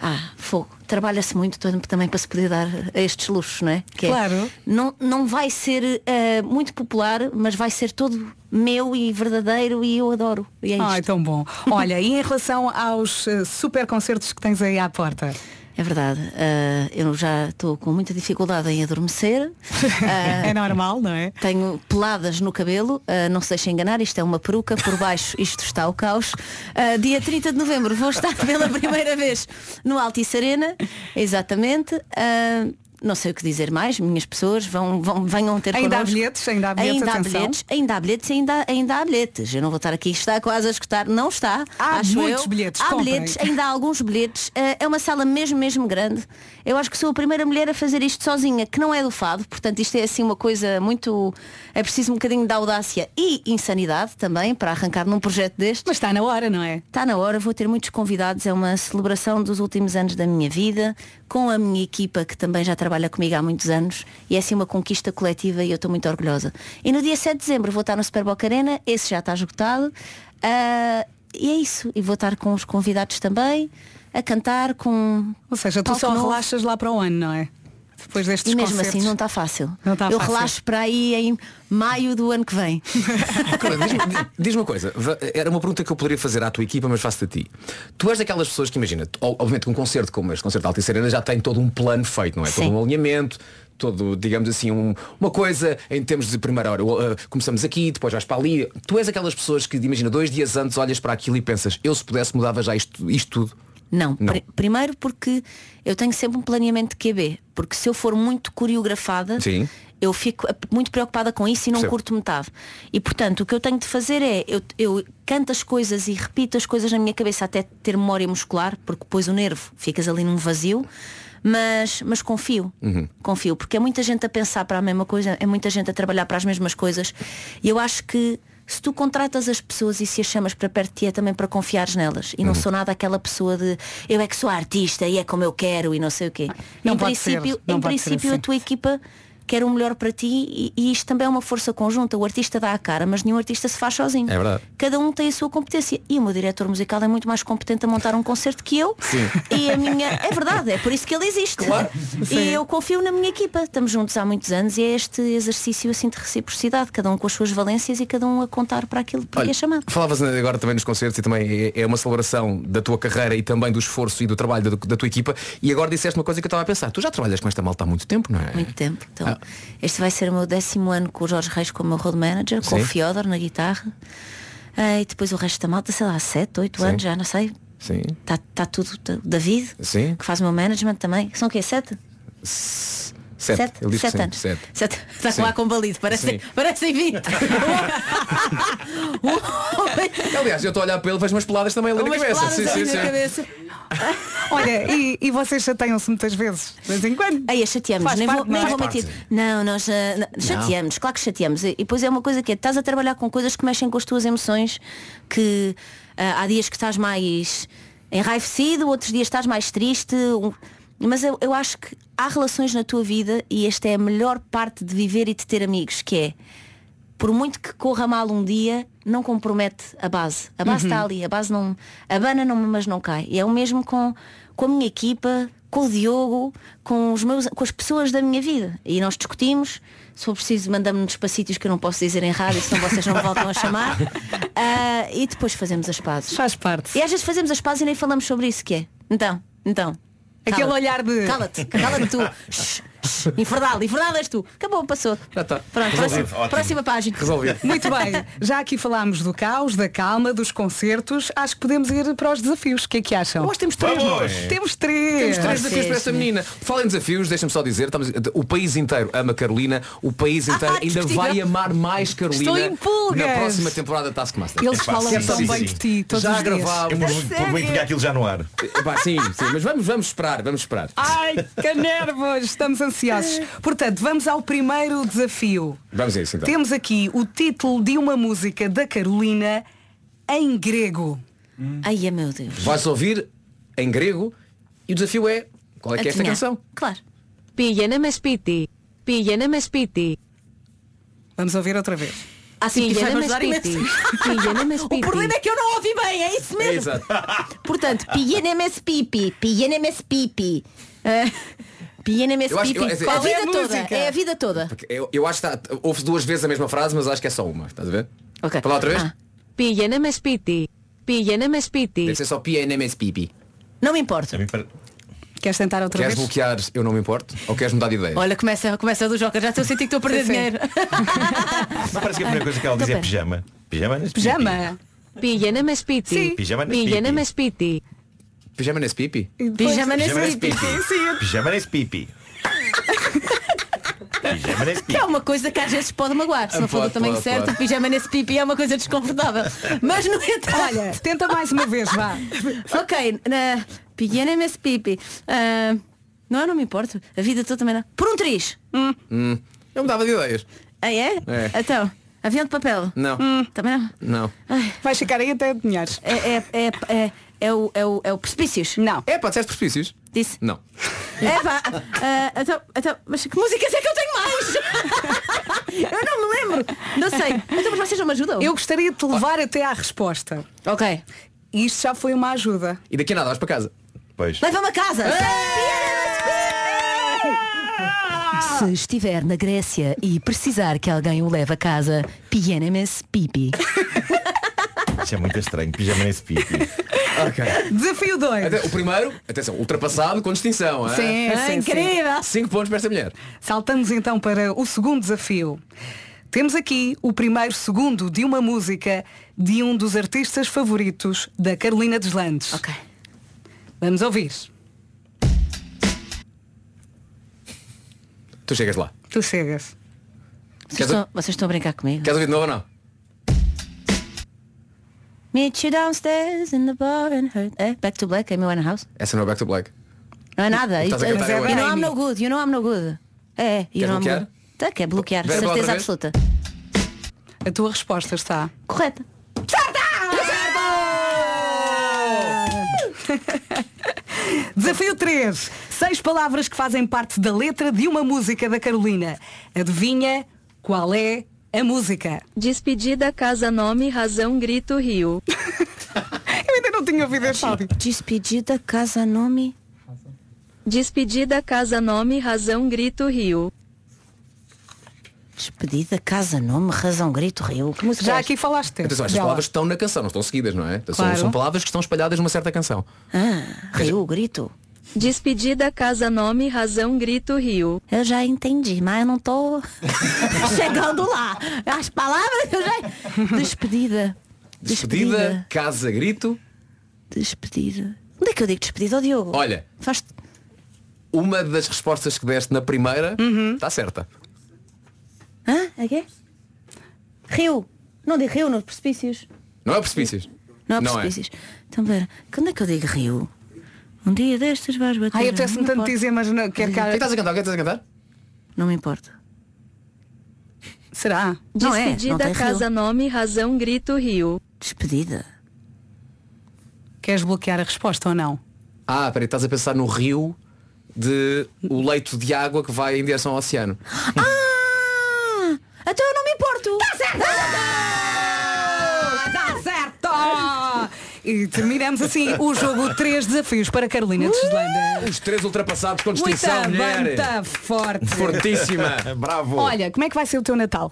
S14: ah, fogo, trabalha-se muito tam- também para se poder dar a estes luxos, não é? é,
S3: Claro.
S14: não, não vai ser eh, muito popular, mas vai ser todo meu e verdadeiro e eu adoro. E é
S3: Ai,
S14: isto.
S3: ah, tão bom. Olha, e em relação aos eh, super concertos que tens aí à porta?
S14: É verdade. Ah, eu já estou com muita dificuldade em adormecer. Ah,
S3: É normal, não é?
S14: Tenho peladas no cabelo. ah, não se deixem enganar, isto é uma peruca. Por baixo isto está o caos. Ah, dia 30 de novembro vou estar pela primeira vez no Altice Arena. Exatamente. Ah, não sei o que dizer mais, minhas pessoas vão, vão, venham ter
S3: Ainda há
S14: connosco.
S3: bilhetes, ainda há bilhetes,
S14: ainda há
S3: atenção.
S14: bilhetes, ainda há bilhetes, ainda, ainda há bilhetes. Eu não vou estar aqui, está quase a escutar, não está.
S3: Há
S14: acho
S3: muitos
S14: eu.
S3: bilhetes,
S14: há
S3: comprem.
S14: bilhetes, ainda há alguns bilhetes. Eh, É uma sala mesmo, mesmo grande. Eu acho que sou a primeira mulher a fazer isto sozinha, que não é do fado, portanto isto é assim uma coisa muito. É preciso um bocadinho de audácia e insanidade também para arrancar num projeto deste.
S3: Mas está na hora, não é?
S14: Está Tá na hora, vou ter muitos convidados, é uma celebração dos últimos anos da minha vida, com a minha equipa que também já trabalha comigo há muitos anos, e é assim uma conquista coletiva e eu estou muito orgulhosa. E no dia 7 de dezembro vou estar no Super Boca Arena, esse já está esgotado, ah, e é isso, e vou estar com os convidados também, a cantar com...
S3: Ou seja, tu só relaxas lá para o ano, não é? Depois destes
S14: E mesmo
S3: concertos.
S14: assim não está fácil.
S3: Não está
S14: eu
S3: fácil.
S14: relaxo para aí em maio do ano que vem.
S1: Agora, diz-me- Diz-me uma coisa, va- era uma pergunta que eu poderia fazer à tua equipa, mas faço-te a ti. Tu és daquelas pessoas que imagina, tu- obviamente que um concerto como este, concerto da Altice Arena, já tem todo um plano feito, não é?
S14: Sim.
S1: Todo um alinhamento, todo, digamos assim, um- uma coisa em termos de primeira hora. Uh, começamos aqui, depois vais para ali. Tu és aquelas pessoas que, imagina, dois dias antes olhas para aquilo e pensas, eu se pudesse mudava já isto, isto tudo.
S14: Não.
S1: Não.
S14: Pri- primeiro porque eu tenho sempre um planeamento de QB, porque se eu for muito coreografada,
S1: Sim.
S14: eu fico eh, muito preocupada com isso e não
S1: Percebo.
S14: curto metade. E portanto, o que eu tenho de fazer é, eu, eu canto as coisas e repito as coisas na minha cabeça até ter memória muscular, porque depois o nervo, ficas ali num vazio, mas, mas confio. Confio, porque é muita gente a pensar para a mesma coisa, é muita gente a trabalhar para as mesmas coisas. E eu acho que se tu contratas as pessoas e se as chamas para perto de ti é também para confiares nelas. E não
S16: Uhum.
S14: sou nada aquela pessoa de eu é que sou artista e é como eu quero e não sei o quê.
S16: Não
S14: em
S16: pode ser,
S14: princípio,
S16: não
S14: em
S16: pode ser
S14: princípio a
S16: assim.
S14: tua equipa quer o melhor para ti e, e isto também é uma força conjunta. O artista dá a cara, mas nenhum artista se faz sozinho.
S1: É verdade.
S14: Cada um tem a sua competência. E o meu diretor musical é muito mais competente a montar um concerto que eu.
S1: Sim.
S14: E a minha. É verdade, é por isso que ele existe. E eu confio na minha equipa. Estamos juntos há muitos anos e é este exercício assim de reciprocidade, cada um com as suas valências e cada um a contar para aquilo para que é chamado.
S1: Falavas agora também nos concertos e também é é uma celebração da tua carreira e também do esforço e do trabalho da, da tua equipa e agora disseste uma coisa que eu estava a pensar. Tu já trabalhas com esta malta há muito tempo, não é?
S14: Muito tempo. Então, este vai ser o meu décimo ano com o Jorge Reis como meu road manager, com
S1: Sim.
S14: o Fiodor na guitarra. Ah, e depois o resto da malta, sei lá, 7, 8
S1: Sim.
S14: anos já, não sei.
S1: Sim.
S14: Está tá tudo. tá- o David,
S1: Sim.
S14: que faz o meu management também. São o quê? 7?
S1: Sete. Ele diz que sim,
S14: anos.
S1: sete.
S14: Sete. Está
S1: Sim.
S14: lá combalido, parecem
S1: Sim.
S14: parecem 20.
S1: Aliás, eu estou a olhar para ele, vejo umas peladas também ali
S14: Umas
S1: na cabeça.
S14: peladas ali na cabeça.
S3: Olha, e, e vocês chateiam-se muitas vezes, de vez em quando.
S14: Aí chateamos,
S3: Faz
S14: nem
S3: parte,
S14: vou, nem
S3: não é?
S14: vou
S3: Faz
S14: mentir.
S3: parte.
S14: Não, nós ah, não- chateamos, claro que chateamos. E e depois é uma coisa que é, estás a trabalhar com coisas que mexem com as tuas emoções, que ah, há dias que estás mais enraivecido, outros dias estás mais triste. um- Mas eu, eu acho que há relações na tua vida e esta é a melhor parte de viver e de ter amigos, que é por muito que corra mal um dia, não compromete a base. A base
S16: Uhum.
S14: está ali, a base não. Abana não, mas não cai. E é o mesmo com, com a minha equipa, com o Diogo, com, os meus, com as pessoas da minha vida. E nós discutimos, se for preciso, mandamos-nos para sítios que eu não posso dizer em rádio, senão vocês não me voltam a chamar. Ah, e depois fazemos as pazes.
S3: Faz parte.
S14: E às vezes fazemos as pazes e nem falamos sobre isso, que é. Então, então.
S3: Aquele
S14: cala-te.
S3: olhar de-
S14: Cala-te, cala-te tu. Shh, shh, infernal, infernal és tu. Acabou, passou.
S1: Já tá. está.
S14: Pronto,
S3: Resolvido.
S14: próxima, próxima página.
S3: Muito bem, já aqui falámos do caos, da calma, dos concertos, acho que podemos ir para os desafios. O que é que acham? Nós temos Ah,
S1: três, Vamos! não é?
S3: Temos três.
S1: Temos três desafios para esta menina. Falem de desafios, deixa-me só dizer, estamos- o país inteiro ama Carolina, o país inteiro ainda
S3: Ah, discutível.
S1: vai amar mais Carolina
S3: Estou em pulgas.
S1: na próxima temporada da Taskmaster.
S3: Eles
S1: Epá,
S3: falam
S1: sim,
S3: tão
S1: sim,
S3: bem
S1: sim.
S3: de ti todos
S1: Já
S3: os dias.
S1: gravámos.
S3: A sério?
S10: aquilo já no ar.
S1: sim, sim, mas vamos, vamos esperar, vamos esperar.
S3: Ai, que nervos! Estamos ansiosos. Portanto, vamos ao primeiro desafio.
S1: Vamos a isso então.
S3: Temos aqui o título de uma música da Carolina em grego.
S14: Ai, é, meu Deus.
S1: Vais ouvir em grego e o desafio é qual é que é esta
S16: Adivinhar.
S1: canção?
S14: Claro.
S16: Πήγαινε σπίτι. Πήγαινε σπίτι.
S3: Vamos ouvir outra vez.
S14: Assim,
S16: Πήγαινε
S14: vai
S16: με
S14: ajudar
S16: σπίτι.
S14: imenso.
S16: Πήγαινε με σπίτι.
S14: O problema é que eu não ouvi bem, é isso mesmo.
S1: Exato.
S14: Portanto, PNMS Pipi, PNMS Pipi. PNMS
S1: Eu acho-
S14: Pipi.
S1: eu- é assim,
S14: a
S1: Qual é
S14: vida
S1: a
S14: toda.
S1: música?
S14: É a vida toda.
S1: Porque Eu, eu acho que está, ouve duas vezes a mesma frase, mas acho que é só uma. Estás a ver?
S14: Ok. Ah,
S1: Fala outra vez?
S16: Πήγαινε με σπίτι. Πήγαινε με σπίτι.
S1: Deve ser só PNMS Pipi.
S14: Não me importa.
S3: Queres tentar outra
S1: Queres
S3: vez?
S1: bloquear, eu não me importo? Ou queres mudar de ideia?
S14: Olha, começa, começa do Joker, já estou a sentir que estou a perder
S3: Sim, sim.
S14: dinheiro.
S10: Não parece que a primeira coisa que
S14: Então
S10: ela diz é pijama. Pijama nas
S16: Pijama. Pijama mas piti.
S10: Sim. Pijama nas
S16: Pijama
S10: pipi.
S16: mas piti.
S1: Pijama nesse pipi?
S16: Pijama nesse pipi.
S10: pipi. Pijama nesse pipi. Pijama nesse
S14: Que é uma coisa que às vezes pode magoar. Se não for do
S3: Pode,
S14: tamanho
S3: pode,
S14: certo,
S3: pode.
S14: o pijama nesse pipi é uma coisa desconfortável. Mas no entanto...
S3: Olha, tenta mais uma vez, vá.
S14: ok, na... pijama nesse pipi. Ah, não, eu não me importo. A vida toda também não. Por um triz. Hum.
S1: Hum, eu mudava de ideias.
S14: Ah, é?
S1: É.
S14: Então, avião de papel.
S1: Não.
S14: Hum, também não.
S1: Não.
S3: Vais ficar aí até dinheiros.
S14: É, é, é, é, é o, é o, é o precipícios.
S3: Não.
S1: É, pode ser precipícios.
S14: Disse.
S1: Não.
S14: É, vá. Ah, então, então, mas que músicas é que eu tenho mais? eu não me lembro. Não sei. Então, mas vocês não me ajudam?
S3: Eu gostaria de te levar até à resposta.
S14: Ok.
S3: Isto já foi uma ajuda.
S1: E daqui a nada vais para casa.
S10: Pois.
S14: Leva-me a casa!
S3: Ah!
S14: Se estiver na Grécia e precisar que alguém o leve a casa, PNMS Pipi.
S3: Ah,
S10: Isso é muito estranho. Pijama nesse pipi.
S1: Ok.
S3: Desafio 2.
S1: Até- O primeiro, atenção, ultrapassado com distinção. hã?
S3: Sim, Ah, sim, incrível. sim.
S1: 5 pontos para esta mulher.
S3: Saltamos então para o segundo desafio. Temos aqui o primeiro segundo de uma música de um dos artistas favoritos da Carolina dos Landes. Ok. Vamos ouvir.
S1: Tu chegas lá.
S3: Tu chegas.
S14: Vocês estão, vocês estão a brincar comigo?
S1: Queres ouvir de novo ou não?
S14: Meet you downstairs in the bar and hurt. É, back to black, Amy Winehouse.
S1: Essa não é back to black.
S14: Não é nada.
S1: Estás a
S14: Isto-
S1: cantar agora.
S14: you know I'm no good, you know I'm no good. É, you
S1: Queres
S14: know I'm
S1: bloquear?
S14: no good. Tá, quer bloquear,
S1: Verba outra
S14: certeza
S1: vez?
S14: absoluta.
S3: A tua resposta está.
S14: Correta.
S3: Desafio 3. Seis palavras que fazem parte da letra de uma música da Carolina. Adivinha qual é a música?
S18: Despedida, casa, nome, razão, grito, rio.
S3: Eu ainda não tinha ouvido este áudio.
S14: Despedida, casa, nome.
S18: Despedida, casa, nome, razão, grito, rio.
S14: Despedida, casa, nome, razão, grito, rio. Que música
S3: Já
S14: é
S3: aqui falaste.
S1: Atenção, estas
S3: dela.
S1: Então, palavras estão na canção, não estão seguidas, não é? Então, são-
S3: Claro.
S1: São, palavras que estão espalhadas numa certa canção.
S14: Ah, rio, grito.
S18: Despedida, casa, nome, razão, grito, rio.
S14: Eu já entendi, mas eu não tô chegando lá. As palavras eu já. Despedida.
S1: Despedida, casa, grito.
S14: Despedida. Onde é que eu digo despedida ao Diogo?
S1: Olha,
S14: Faz...
S1: uma das respostas que deste na primeira está certa.
S14: Hã? É quê? Rio. Não digo rio nos precipícios.
S1: Não é precipícios.
S14: Não há
S1: é.
S14: precipícios. Então, pera, quando é que eu digo rio? Um dia destes vais bater.
S3: Ai, eu peço-me
S14: na
S3: tanto
S14: porta.
S3: dizer, mas não, quer
S14: O que é que estás a
S1: cantar? O que estás a cantar?
S14: Não me importa.
S3: Será?
S14: Não é, não
S18: Despedida,
S14: tem
S18: casa,
S14: rio.
S18: nome, razão, grito, rio.
S14: Despedida.
S3: Queres bloquear a resposta ou não?
S1: Ah, peraí, estás a pensar no rio de o leito de água que vai em direção ao oceano.
S14: Ah! Então eu não me importo. Ah! Tá certo!
S3: Dá certo! E terminamos assim o jogo Três desafios para Carolina de Islândia.
S1: Os três ultrapassados com distinção,
S3: Muita
S1: é mulher.
S3: banda forte.
S1: Fortíssima. Bravo.
S3: Olha, como é que vai ser o teu Natal?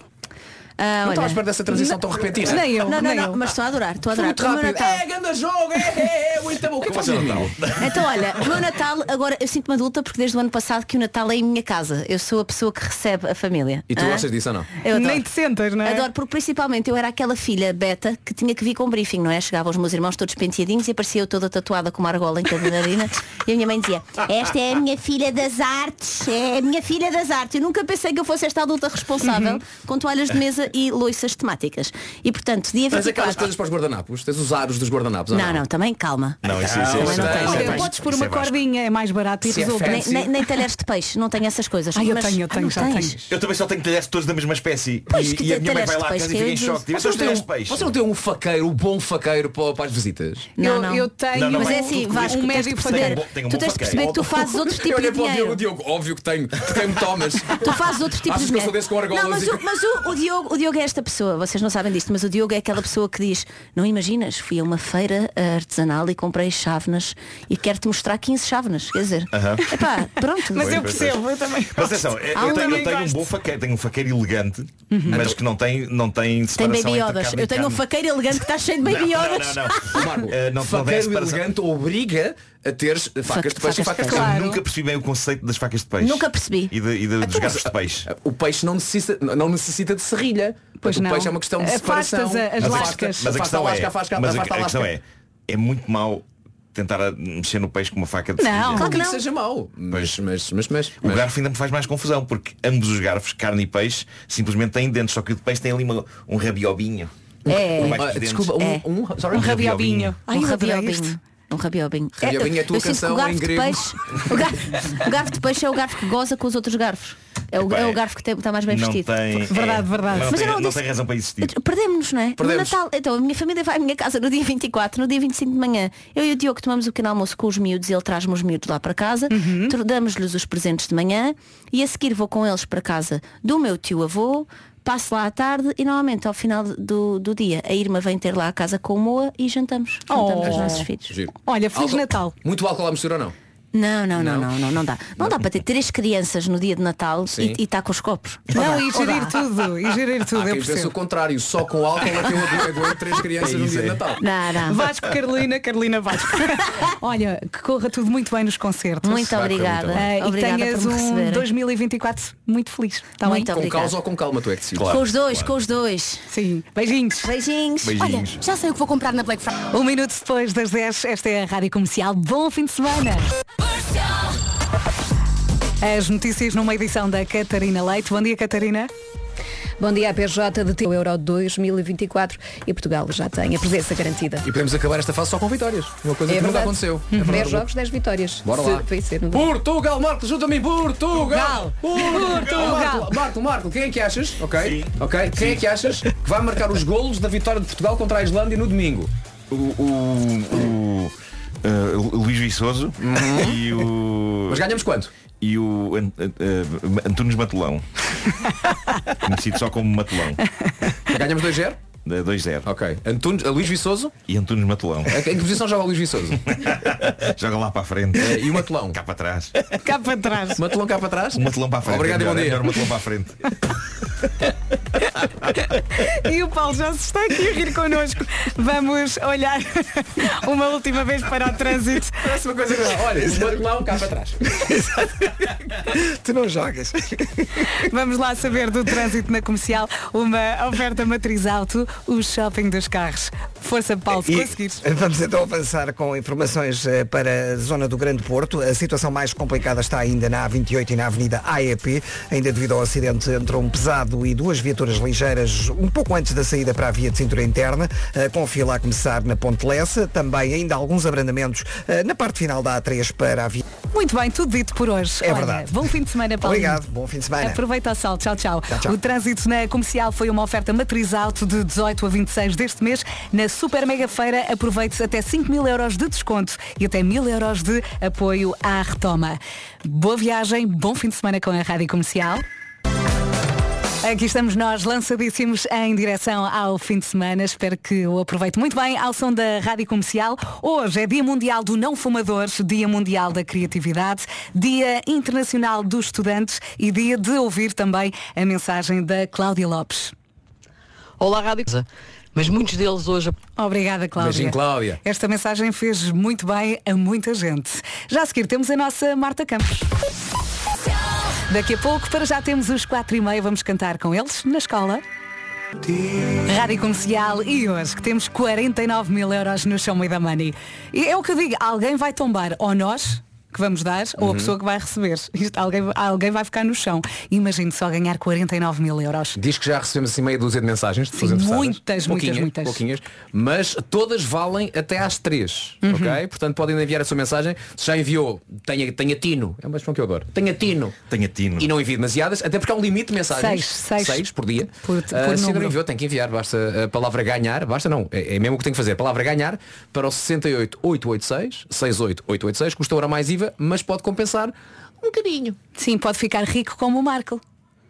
S14: Ah,
S1: Não
S14: olha.
S1: estava à espera dessa transição tão repentina.
S3: Nem eu,
S14: Não, não,
S3: nem
S14: não,
S3: eu.
S14: mas estou a adorar, estou a
S3: Foi
S14: adorar.
S3: muito
S14: O meu
S3: rápido.
S14: Natal.
S1: É, ganda jogo, é, é, é, muito bom. O que é que
S10: Como é o Natal?
S14: Então olha, o meu Natal, agora eu sinto-me adulta porque desde o ano passado que o Natal é em minha casa. Eu sou a pessoa que recebe a família.
S1: E tu
S14: Hã?
S1: gostas disso ou não?
S14: Eu adoro.
S3: Nem te sentas, não é?
S14: Adoro, porque principalmente eu era aquela filha beta que tinha que vir com briefing, não é? Chegava os meus irmãos todos penteadinhos e aparecia eu toda tatuada com uma argola em cada narina e a minha mãe dizia, esta é a minha filha das artes, é a minha filha das artes. Eu nunca pensei que eu fosse esta adulta responsável com toalhas de mesa e loiças temáticas. E portanto, dia
S1: Tens é aquelas
S14: 24...
S1: coisas para os guardanapos? Tens os aros dos guardanapos? ou
S14: é Não, não, também calma.
S10: Não, isso, isso,
S1: Não,
S10: isso,
S1: mas não
S10: isso,
S1: tem. Olha,
S10: isso é
S3: Olha,
S10: Vasco,
S3: podes pôr
S10: isso
S3: uma
S10: é Vasco.
S3: cordinha, é mais barato e
S1: Isso é
S3: resolve.
S14: Nem, nem- nem talheres de peixe, não tenho essas coisas.
S3: Ai, eu
S14: mas-
S3: tenho, eu
S14: Ah,
S3: tenho,
S14: não
S3: já
S14: tens?
S3: tenho.
S10: Eu também só tenho talheres todos da mesma espécie.
S14: Pois,
S10: e,
S14: que
S10: e a minha mãe
S14: talheres
S10: vai
S14: de
S10: lá a
S14: peixe, que
S10: casa e fica
S14: eu
S10: em
S14: disse.
S10: choque. Tipo, Tive
S1: Você não,
S10: todos
S1: tem
S10: talheres de
S1: um,
S10: peixe.
S1: você não tem um faqueiro, um bom faqueiro para, para as visitas?
S14: Não,
S3: eu,
S14: não.
S3: eu tenho,
S10: Não, não,
S14: Mas
S10: não.
S14: é assim,
S10: Tu- tu
S14: Vasco,
S3: um
S14: tu tens
S3: médio
S14: de
S3: faqueiro.
S14: perceber,
S10: Tenho um
S14: tu
S10: bom
S14: tens de
S10: faqueiro.
S14: perceber que tu fazes outro tipo
S1: Eu
S14: de
S1: olhei para o
S14: dinheiro.
S1: Diogo, Diogo, óbvio que tenho, que tenho tomas.
S14: Tu fazes outro tipo
S1: Achas
S14: de
S1: que eu
S14: dinheiro.
S1: sou desse com argolas
S14: Não, mas,
S1: e-
S14: o, mas o- o Diogo, o Diogo é esta pessoa, vocês não sabem disto, mas o Diogo é aquela pessoa que diz, não imaginas, fui a uma feira eh, artesanal e comprei chávenas e quero-te mostrar 15 chávenas, quer dizer. Epá, pronto.
S3: Mas eu
S10: Pois, pois,
S3: percebo, eu também.
S10: Mas atenção, eu,
S14: Há um
S10: eu tenho, eu
S14: também
S10: tenho um
S14: gosto.
S10: bom faqueiro, tenho um faqueiro elegante, mas que não tem, não tem
S14: Uhum. Tem
S10: separação
S14: baby
S10: entre
S14: yodas.
S10: carne e
S14: Eu tenho um
S10: carne.
S14: faqueiro elegante que está cheio de baby
S10: Não,
S14: yodas.
S10: Não, não, não.
S1: Marco,
S10: Eh, não- não tem
S1: faqueiro
S10: separação.
S1: elegante obriga a
S10: a teres facas,
S14: Facas
S10: de peixe
S14: de
S10: e facas de
S14: peixe.
S10: carne.
S14: Claro.
S10: Eu nunca percebi bem o conceito das facas de peixe.
S14: Nunca percebi.
S10: E, de, e de- dos
S14: Então,
S10: garfos de
S14: mas,
S10: peixe.
S1: O peixe não necessita, não necessita de serrilha.
S3: Pois
S1: o
S3: não.
S1: peixe é uma questão de
S3: Afastas
S1: separação.
S3: a- as
S10: Mas a-
S3: lascas.
S10: Mas a
S1: Afasta
S10: questão
S1: a lasca,
S10: é,
S1: afasta-
S10: mas a-
S1: afasta a
S10: a questão
S1: lasca.
S10: é, é muito mau tentar a- mexer no peixe com uma faca de serrilha.
S1: claro que, seja mau.
S10: Mas, mas, mas, mas, o garfo ainda me faz mais confusão, porque ambos os garfos, carne e peixe, simplesmente têm dentes, só que o de peixe tem ali uma- um rabiobinho.
S14: É.
S10: Por baixo dos
S14: Ah,
S10: dentes.
S14: desculpa, um- É. um- sorry. Um rabiobinho. Ai, eu adorei isto. Um rabiobinho.
S1: Rabiobinho é a tua
S14: eu sinto que
S1: canção
S14: o garfo
S1: em
S14: de
S1: grego.
S14: peixe- o, garfo, o garfo de peixe é o garfo que goza com os outros garfos. É o,
S10: Epá,
S14: é o
S10: é-
S14: garfo que está mais bem
S10: não
S14: vestido.
S10: tem- é, Não,
S14: Mas
S10: tem,
S14: eu não
S10: não
S14: disse-
S10: tem razão para existir.
S14: Perdemos-nos, não é?
S10: Perdemos.
S14: No Natal, então, a minha família vai à minha casa no dia 24, no dia 25 de manhã. Eu e o Diogo tomamos o pequeno almoço com os miúdos e ele traz-me os miúdos lá para casa,
S1: Uhum.
S14: tro- damos-lhes os presentes de manhã e a seguir vou com eles para casa do meu tio-avô, passo lá à tarde e normalmente ao final do, do dia a Irma vem ter lá a casa com o Moa e jantamos. Jantamos
S1: Oh.
S14: os nossos filhos.
S1: Giro.
S14: Olha, Feliz
S1: Álcool-
S14: Natal.
S1: Muito álcool à mistura ou não?
S14: Não, não, não, não, não, não dá. Não, dá para ter três crianças no dia de Natal
S1: Sim.
S14: e estar com os copos.
S3: Não, e
S14: dá.
S3: gerir tudo, e gerir tudo,
S1: Há quem
S3: eu
S1: pense o
S3: percebo.
S1: contrário, só com álcool é que eu aguento três crianças
S10: É
S1: no dia de É. Natal.
S14: Não, não.
S3: Vasco Carolina, Carolina Vasco. Olha, que corra tudo muito bem nos concertos.
S14: Muito Vai correr obrigada. muito bem.
S3: Eh,
S14: Obrigada
S3: e tenhas
S14: por me
S3: um
S14: receberem.
S3: 2024 muito feliz. Tá
S14: Muito
S3: bem?
S1: Com causa ou com calma, tu é que decides.
S14: com os dois, com os dois.
S3: Sim. Beijinhos.
S14: Beijinhos.
S1: Beijinhos.
S14: Olha, já sei o que vou comprar na Black Friday.
S3: Um minuto depois das 10, esta é a Rádio Comercial. Bom fim de semana. As notícias numa edição da Catarina Leite. Bom dia, Catarina.
S12: Bom dia, a PJ de o Euro 2024 e Portugal já tem a presença garantida.
S1: E podemos acabar esta fase só com vitórias. Uma coisa que nunca
S12: verdade.
S1: aconteceu. É
S12: 10
S1: verdade.
S12: jogos, 10 vitórias.
S1: Bora
S12: Se-
S1: lá.
S12: Foi ser, não dá.
S1: Portugal, Marco, junta-me, Portugal!
S12: Portugal!
S1: Marco, Marco, Marco, quem é que achas? Ok, ok. Quem é que achas que vai marcar os golos da vitória de Portugal contra a Islândia no domingo?
S10: O, o, o, eh, Luís Viçoso e o.
S1: Mas ganhamos quanto?
S10: E o An- An- eh, Antunes Matelão. Conhecido só como Matelão.
S1: Ganhamos 2-0?
S10: 2-0.
S1: Ok. Antunes, eh, Luís Viçoso? Eh,
S10: E Antunes Matelão.
S1: Em que posição joga o Luís Viçoso?
S10: Joga lá para a frente.
S1: E o Matelão?
S10: Cá para trás.
S3: Cá para trás.
S1: Matelão cá para trás?
S10: O Matelão para a frente.
S1: Obrigado
S10: é
S1: e bom
S10: melhor, é
S1: dia.
S10: melhor o Matelão para a frente.
S3: E o Paulo já se está aqui a rir connosco. Vamos olhar uma última vez para o trânsito.
S1: Próxima coisa que dá. Olha, o Matelão cá para trás.
S5: Tu não jogas.
S3: Vamos lá saber do trânsito na comercial. Uma oferta matriz alto, o shopping dos carros. Força, Paulo, se
S5: E
S3: conseguires.
S5: Vamos então avançar com informações eh, para a zona do Grande Porto. A situação mais complicada está ainda na A28 e na Avenida AEP, ainda devido ao acidente entre um pesado e duas viaturas ligeiras um pouco antes da saída para a via de cintura interna, eh, com fila a começar na Ponte Lessa. Também ainda alguns abrandamentos eh, na parte final da A3 para a via.
S3: Muito bem, tudo dito por hoje.
S5: É verdade.
S3: Bom fim de semana, Paulo.
S5: Obrigado, bom fim de semana.
S3: Aproveita o sol. Tchau, tchau,
S5: né? Tchau, tchau.
S3: O trânsito na comercial foi uma oferta matriz alto de 18 a 26 deste mês. Na Super Mega Feira, aproveite até 5 mil euros de desconto e até mil euros de apoio à retoma. Boa viagem, bom fim de semana com a Rádio Comercial. Aqui estamos nós, lançadíssimos em direção ao fim de semana. Espero que o aproveite muito bem ao som da Rádio Comercial. Hoje é Dia Mundial do Não Fumador, Dia Mundial da Criatividade, Dia Internacional dos Estudantes e dia de ouvir também a mensagem da Cláudia Lopes.
S19: Olá, Rádio. Mas muitos deles hoje.
S3: Obrigada, Cláudia.
S19: Beijinho, Cláudia.
S3: Esta mensagem fez muito bem a muita gente. Já a seguir temos a nossa Marta Campos. Daqui a pouco, para já temos os quatro e meia, vamos cantar com eles na escola. Rádio Comercial e hoje que temos 49 mil euros no Show Me da Money. E é o que eu digo, alguém vai tombar, ou nós que vamos dar, ou a
S19: Uhum.
S3: pessoa que vai receber. Isto, alguém, alguém vai ficar no chão. Imagino só ganhar 49 mil euros.
S1: Diz que já recebemos assim meia dúzia de mensagens. pessoas
S3: Sim,
S1: interessadas.
S3: muitas, muitas,
S1: Pouquinhas,
S3: muitas.
S1: pouquinhas. mas todas valem até às três.
S3: Uhum.
S1: Ok? Portanto, podem enviar a sua mensagem. Se já enviou, tenha, tenha tino. É uma expressão que eu adoro. Tenha tino.
S10: Tenha tino.
S1: E não envie demasiadas, até porque há um limite de mensagens.
S3: Seis, seis.
S1: por dia.
S3: Por-
S1: Ah,
S3: por
S1: se ainda
S3: número.
S1: não enviou, tem que enviar. Basta a palavra ganhar. Basta não. É, é mesmo o que tem que fazer. A palavra ganhar para o 68886, 68886, custa hora mais IVA, mas pode compensar. Um bocadinho.
S3: Sim, pode ficar rico como o Marco.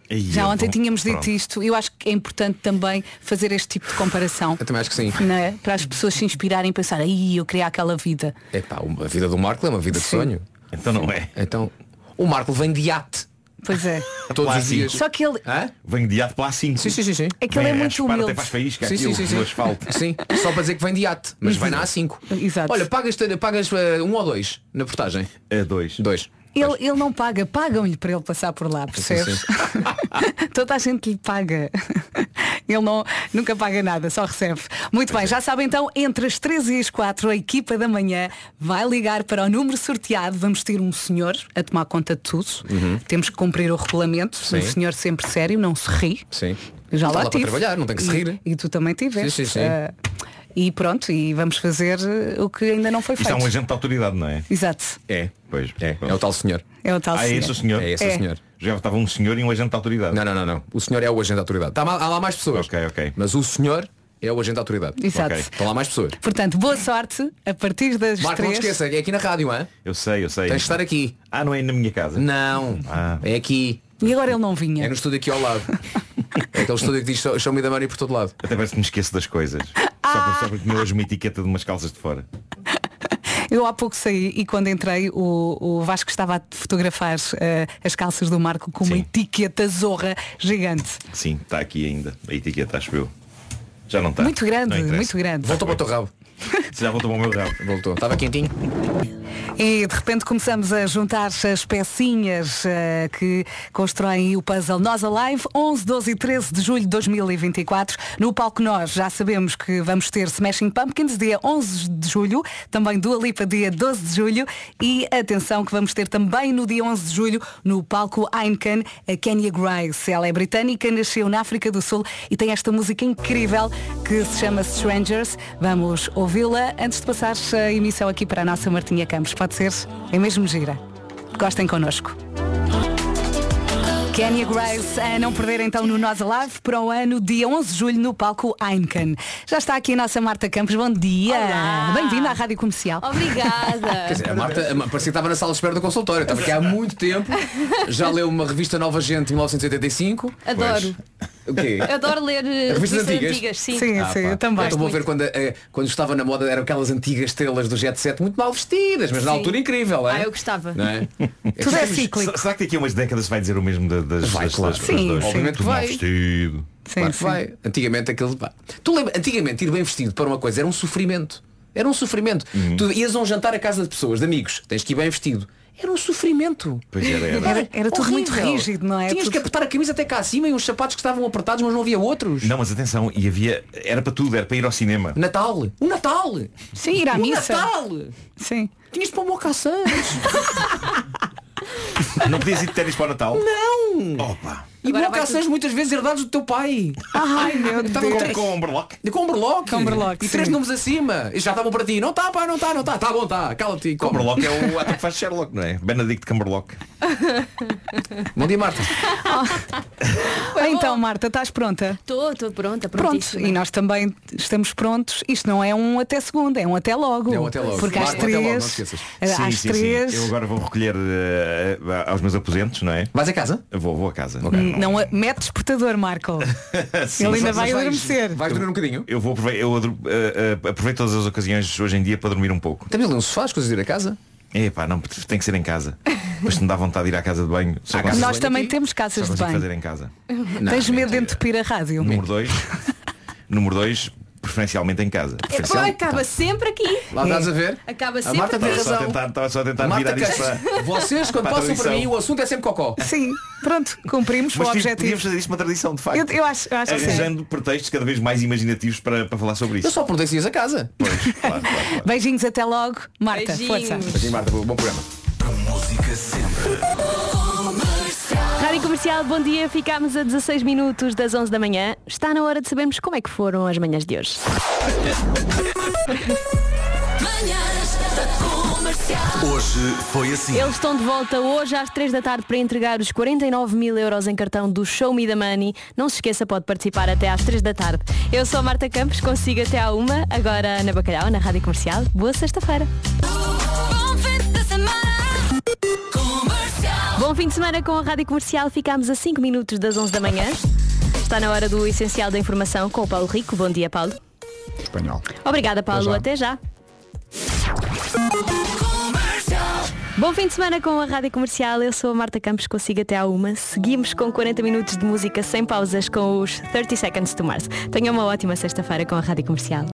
S10: é então,
S3: Já ontem tínhamos dito isto. Eu acho que é importante também fazer este tipo de comparação.
S1: Eu também acho que sim.
S3: não é? Para as pessoas se inspirarem e pensar, aí eu queria aquela vida.
S1: É pá, a vida do Marco é uma vida de sonho.
S10: Então não é.
S1: Então, o Marco vem de iate.
S3: Pois é.
S10: Todos os dias.
S3: Só que ele.
S10: Venho de ato para a 5.
S1: Sim, sim, sim, sim.
S3: É que ele é muito humilde.
S10: Até para as
S1: é
S10: faíscas, aquilo, do asfalto.
S1: Sim, só para dizer que vem de iate, mas
S10: Uhum.
S1: vai na A5.
S3: Exato.
S1: Olha, pagas, pagas eh, um ou dois na portagem?
S10: é dois. um
S1: Dois.
S3: Ele, ele não paga, pagam-lhe para ele passar por lá, percebes? Toda a gente lhe paga. Ele não, nunca paga nada, só recebe. Muito bem,
S1: é.
S3: já sabem então, entre as 13 e as 4, a equipa da manhã vai ligar para o número sorteado. Vamos ter um senhor a tomar conta de tudo.
S1: Uhum.
S3: Temos que cumprir o regulamento.
S1: Sim.
S3: Um senhor sempre sério, não se ri.
S1: Sim.
S3: Eu Já
S1: Está
S3: lá,
S1: lá para
S3: tive.
S1: trabalhar, não tem que se
S3: E-
S1: rir.
S3: E, tu também tiveste.
S10: Sim, sim, sim.
S3: Ah, e pronto, e vamos fazer ah, o que ainda não foi
S10: Isto é
S3: feito.
S10: um agente de autoridade, não é?
S3: Exato.
S10: É, pois. É,
S1: o tal senhor.
S3: É o tal
S10: ah, é esse o senhor?
S1: É esse o senhor.
S10: Já estava um senhor e um agente de autoridade.
S1: Não, não, não, não. O senhor é o agente da autoridade. Tá, há lá mais pessoas. Ok,
S10: ok.
S1: Mas o senhor é o agente da autoridade.
S3: Exato. Ok.
S1: Estão lá mais pessoas.
S3: Portanto, boa sorte a partir das
S1: Marco, não te
S3: três.
S1: esqueça, é aqui na rádio, hã?
S10: Eu sei, eu sei.
S1: Tens de estar aqui.
S10: Ah, não é na minha casa?
S1: Não. É aqui.
S3: E agora ele não vinha.
S1: É no estúdio aqui ao lado. é aquele estúdio que diz "Show- show me the money por todo lado.
S10: Até parece que me esqueço das coisas.
S3: Ah.
S10: Só porque- Só porque tinha hoje uma etiqueta de umas calças de fora.
S3: Eu há pouco saí e quando entrei o, o Vasco estava a fotografar eh, as calças do Marco com uma etiqueta zorra gigante.
S10: Sim, está aqui ainda. A etiqueta, acho eu. Já não está.
S3: Muito grande,
S10: Não interessa.
S3: muito grande. Voltou
S10: para o teu
S1: rabo.
S10: Já voltou para o meu rabo.
S1: Voltou. Estava quentinho.
S3: E de repente começamos a juntar as pecinhas eh, que constroem o puzzle Nós Alive, 11, 12 e 13 de julho de 2024. No palco Nós já sabemos que vamos ter Smashing Pumpkins dia 11 de julho, também Dua Lipa dia 12 de julho e atenção que vamos ter também no dia 11 de julho no palco Heineken a Kenya Grace. Ela é britânica, nasceu na África do Sul e tem esta música incrível que se chama Strangers. Vamos ouvi-la antes de passar a emissão aqui para a nossa Martinha Campos. Pode ser? É mesmo gira. Gostem connosco. Kenya Grace a não perder então no Nós Alive para o ano, dia 11 de julho, no palco Heineken. Já está aqui a nossa Marta Campos. Bom dia. Bem-vinda à Rádio Comercial.
S1: Quer dizer, a Marta a Ma- parecia que estava na sala de espera do consultório. Estava aqui há muito tempo. Já leu uma revista Nova Gente de 1985.
S16: Adoro.
S1: O quê?
S16: Adoro ler eh,
S1: Revistas
S16: revistas
S1: antigas?
S16: antigas, sim.
S1: Ah, pá. Eu estou a ver quando, eh, quando estava na moda eram aquelas antigas estrelas do Jet Set muito mal vestidas, mas na
S16: Sim.
S1: altura incrível, é?
S16: Ah, eu gostava.
S1: Não é?
S16: Tudo é
S10: Será-
S16: cíclico.
S10: Será que daqui a umas décadas se vai dizer o mesmo da- das
S1: Vai,
S10: das-
S1: claro.
S10: das- das-
S1: Sim,
S10: das-
S1: sim. Obviamente que
S10: Tudo mal
S1: vai.
S10: vestido.
S1: Claro que vai. Antigamente aquele. pá. Tu lembra, antigamente ir bem vestido para uma coisa era um sofrimento. Era um sofrimento.
S10: Uhum.
S1: Tu ias a um jantar à casa de pessoas, de amigos, tens que ir bem vestido. Era um sofrimento.
S10: Pois era, era.
S3: Era- era tudo muito rígido, não é?
S1: Tinhas
S3: Tudo-
S1: que apertar a camisa até cá acima e uns sapatos que estavam apertados, mas não havia outros.
S10: Não, mas atenção, e havia. Era para tudo, era para ir ao cinema.
S1: Natal. O Natal.
S3: Sim, ir à
S1: o
S3: missa.
S1: Natal.
S3: Sim.
S1: Tinhas para o mocaçãs.
S10: Não podias ir de ténis para o Natal?
S1: Não!
S10: Opa!
S1: E mocaçãs muitas vezes herdados do teu pai.
S3: Ai, meu um
S1: Eu tava
S10: Com,
S1: com-
S10: com um berloque?
S1: Com berloque.
S10: Com berloque,
S1: E três
S10: sim.
S1: números acima. E já estavam para ti. Não está, pá, não está, não está. Tá bom, tá. Cala-te. e
S10: Com
S1: come.
S10: berloque é o ator que faz Sherlock, não é? Benedict Cumberlock.
S1: Bom dia, Marta.
S3: então, Marta, estás pronta?
S16: Estou, estou pronta,
S3: Pronto,
S16: prontíssima.
S3: e nós também estamos prontos. Isto não é um até segunda, é um até logo.
S10: É um até logo.
S3: Porque às
S10: Marta, até logo, não
S3: três,
S10: esqueças.
S3: eh,
S10: Sim,
S3: às
S10: sim, sim.
S3: três,
S10: Eu agora vou recolher eh, aos meus aposentos, não é?
S1: Vais a casa?
S10: Vou, vou a casa.
S3: hum, não a- mete despertador, Marco.
S10: Sim,
S3: Ele ainda
S10: mas-
S3: vai
S10: mas
S3: adormecer.
S1: Vais dormir um bocadinho?
S10: Eu vou aproveitar, eu adro- eh, eh, aproveito todas as ocasiões hoje em dia para dormir um pouco.
S1: Também não se faz coisas de ir a casa?
S10: É pá, não, tem que ser em casa. Mas se me dá vontade de ir à casa de banho, só consigo-
S3: Nós também temos
S10: só
S3: casas de
S10: consigo fazer
S3: banho.
S10: em casa.
S3: Tens medo de entupir a rádio?
S10: Número 2. Número 2, preferencialmente em
S16: É,
S10: casa.
S16: pô,
S10: Preferencial-
S16: acaba sempre aqui.
S10: Lá estás a ver?
S16: Acaba
S10: É. A
S16: sempre
S10: Marta tem
S16: aqui.
S10: razão. Estava só a tentar- estava só a tentar
S1: Marta
S10: virar isto
S1: Campos,
S10: para-
S1: Vocês, quando
S10: para a
S1: passam para
S10: tradição.
S1: mim, o assunto é sempre cocó.
S3: Sim, pronto, cumprimos
S10: Mas É,
S3: o
S10: tive- tipo, podíamos
S3: objetivo.
S10: fazer isto uma tradição, de facto.
S3: Eu, eu acho, eu acho que sim.
S10: Arranjando pretextos cada vez mais imaginativos para, para falar sobre isso.
S1: Eu só perguntei se ias a casa.
S3: Beijinhos, até logo. Marta, força.
S1: Beijinho, Marta. Bom programa.
S11: Música sempre.
S20: Rádio Comercial, bom dia. Ficámos a 16 minutos das 11 da manhã. Está na hora de sabermos como é que foram as manhãs de hoje.
S11: Hoje foi assim.
S20: Eles estão de volta hoje às 3 da tarde para entregar os 49 mil euros em cartão do Show Me the Money. Não se esqueça, pode participar até às 3 da tarde. Eu sou a Marta Campos, consigo até à 1, agora na Bacalhau, na Rádio Comercial. Boa sexta-feira. Bom fim de semana com a Rádio Comercial. Ficámos a 5 minutos das 11 da manhã. Está na hora do Essencial da Informação com o Paulo Rico. Bom dia, Paulo.
S2: Espanhol.
S20: Obrigada, Paulo.
S2: já.
S20: Até já. Bom fim de semana com a Rádio Comercial. Eu sou a Marta Campos, consigo até à uma. Seguimos com 40 minutos de música sem pausas com os 30 Seconds to Mars. Tenha uma ótima sexta-feira com a Rádio Comercial.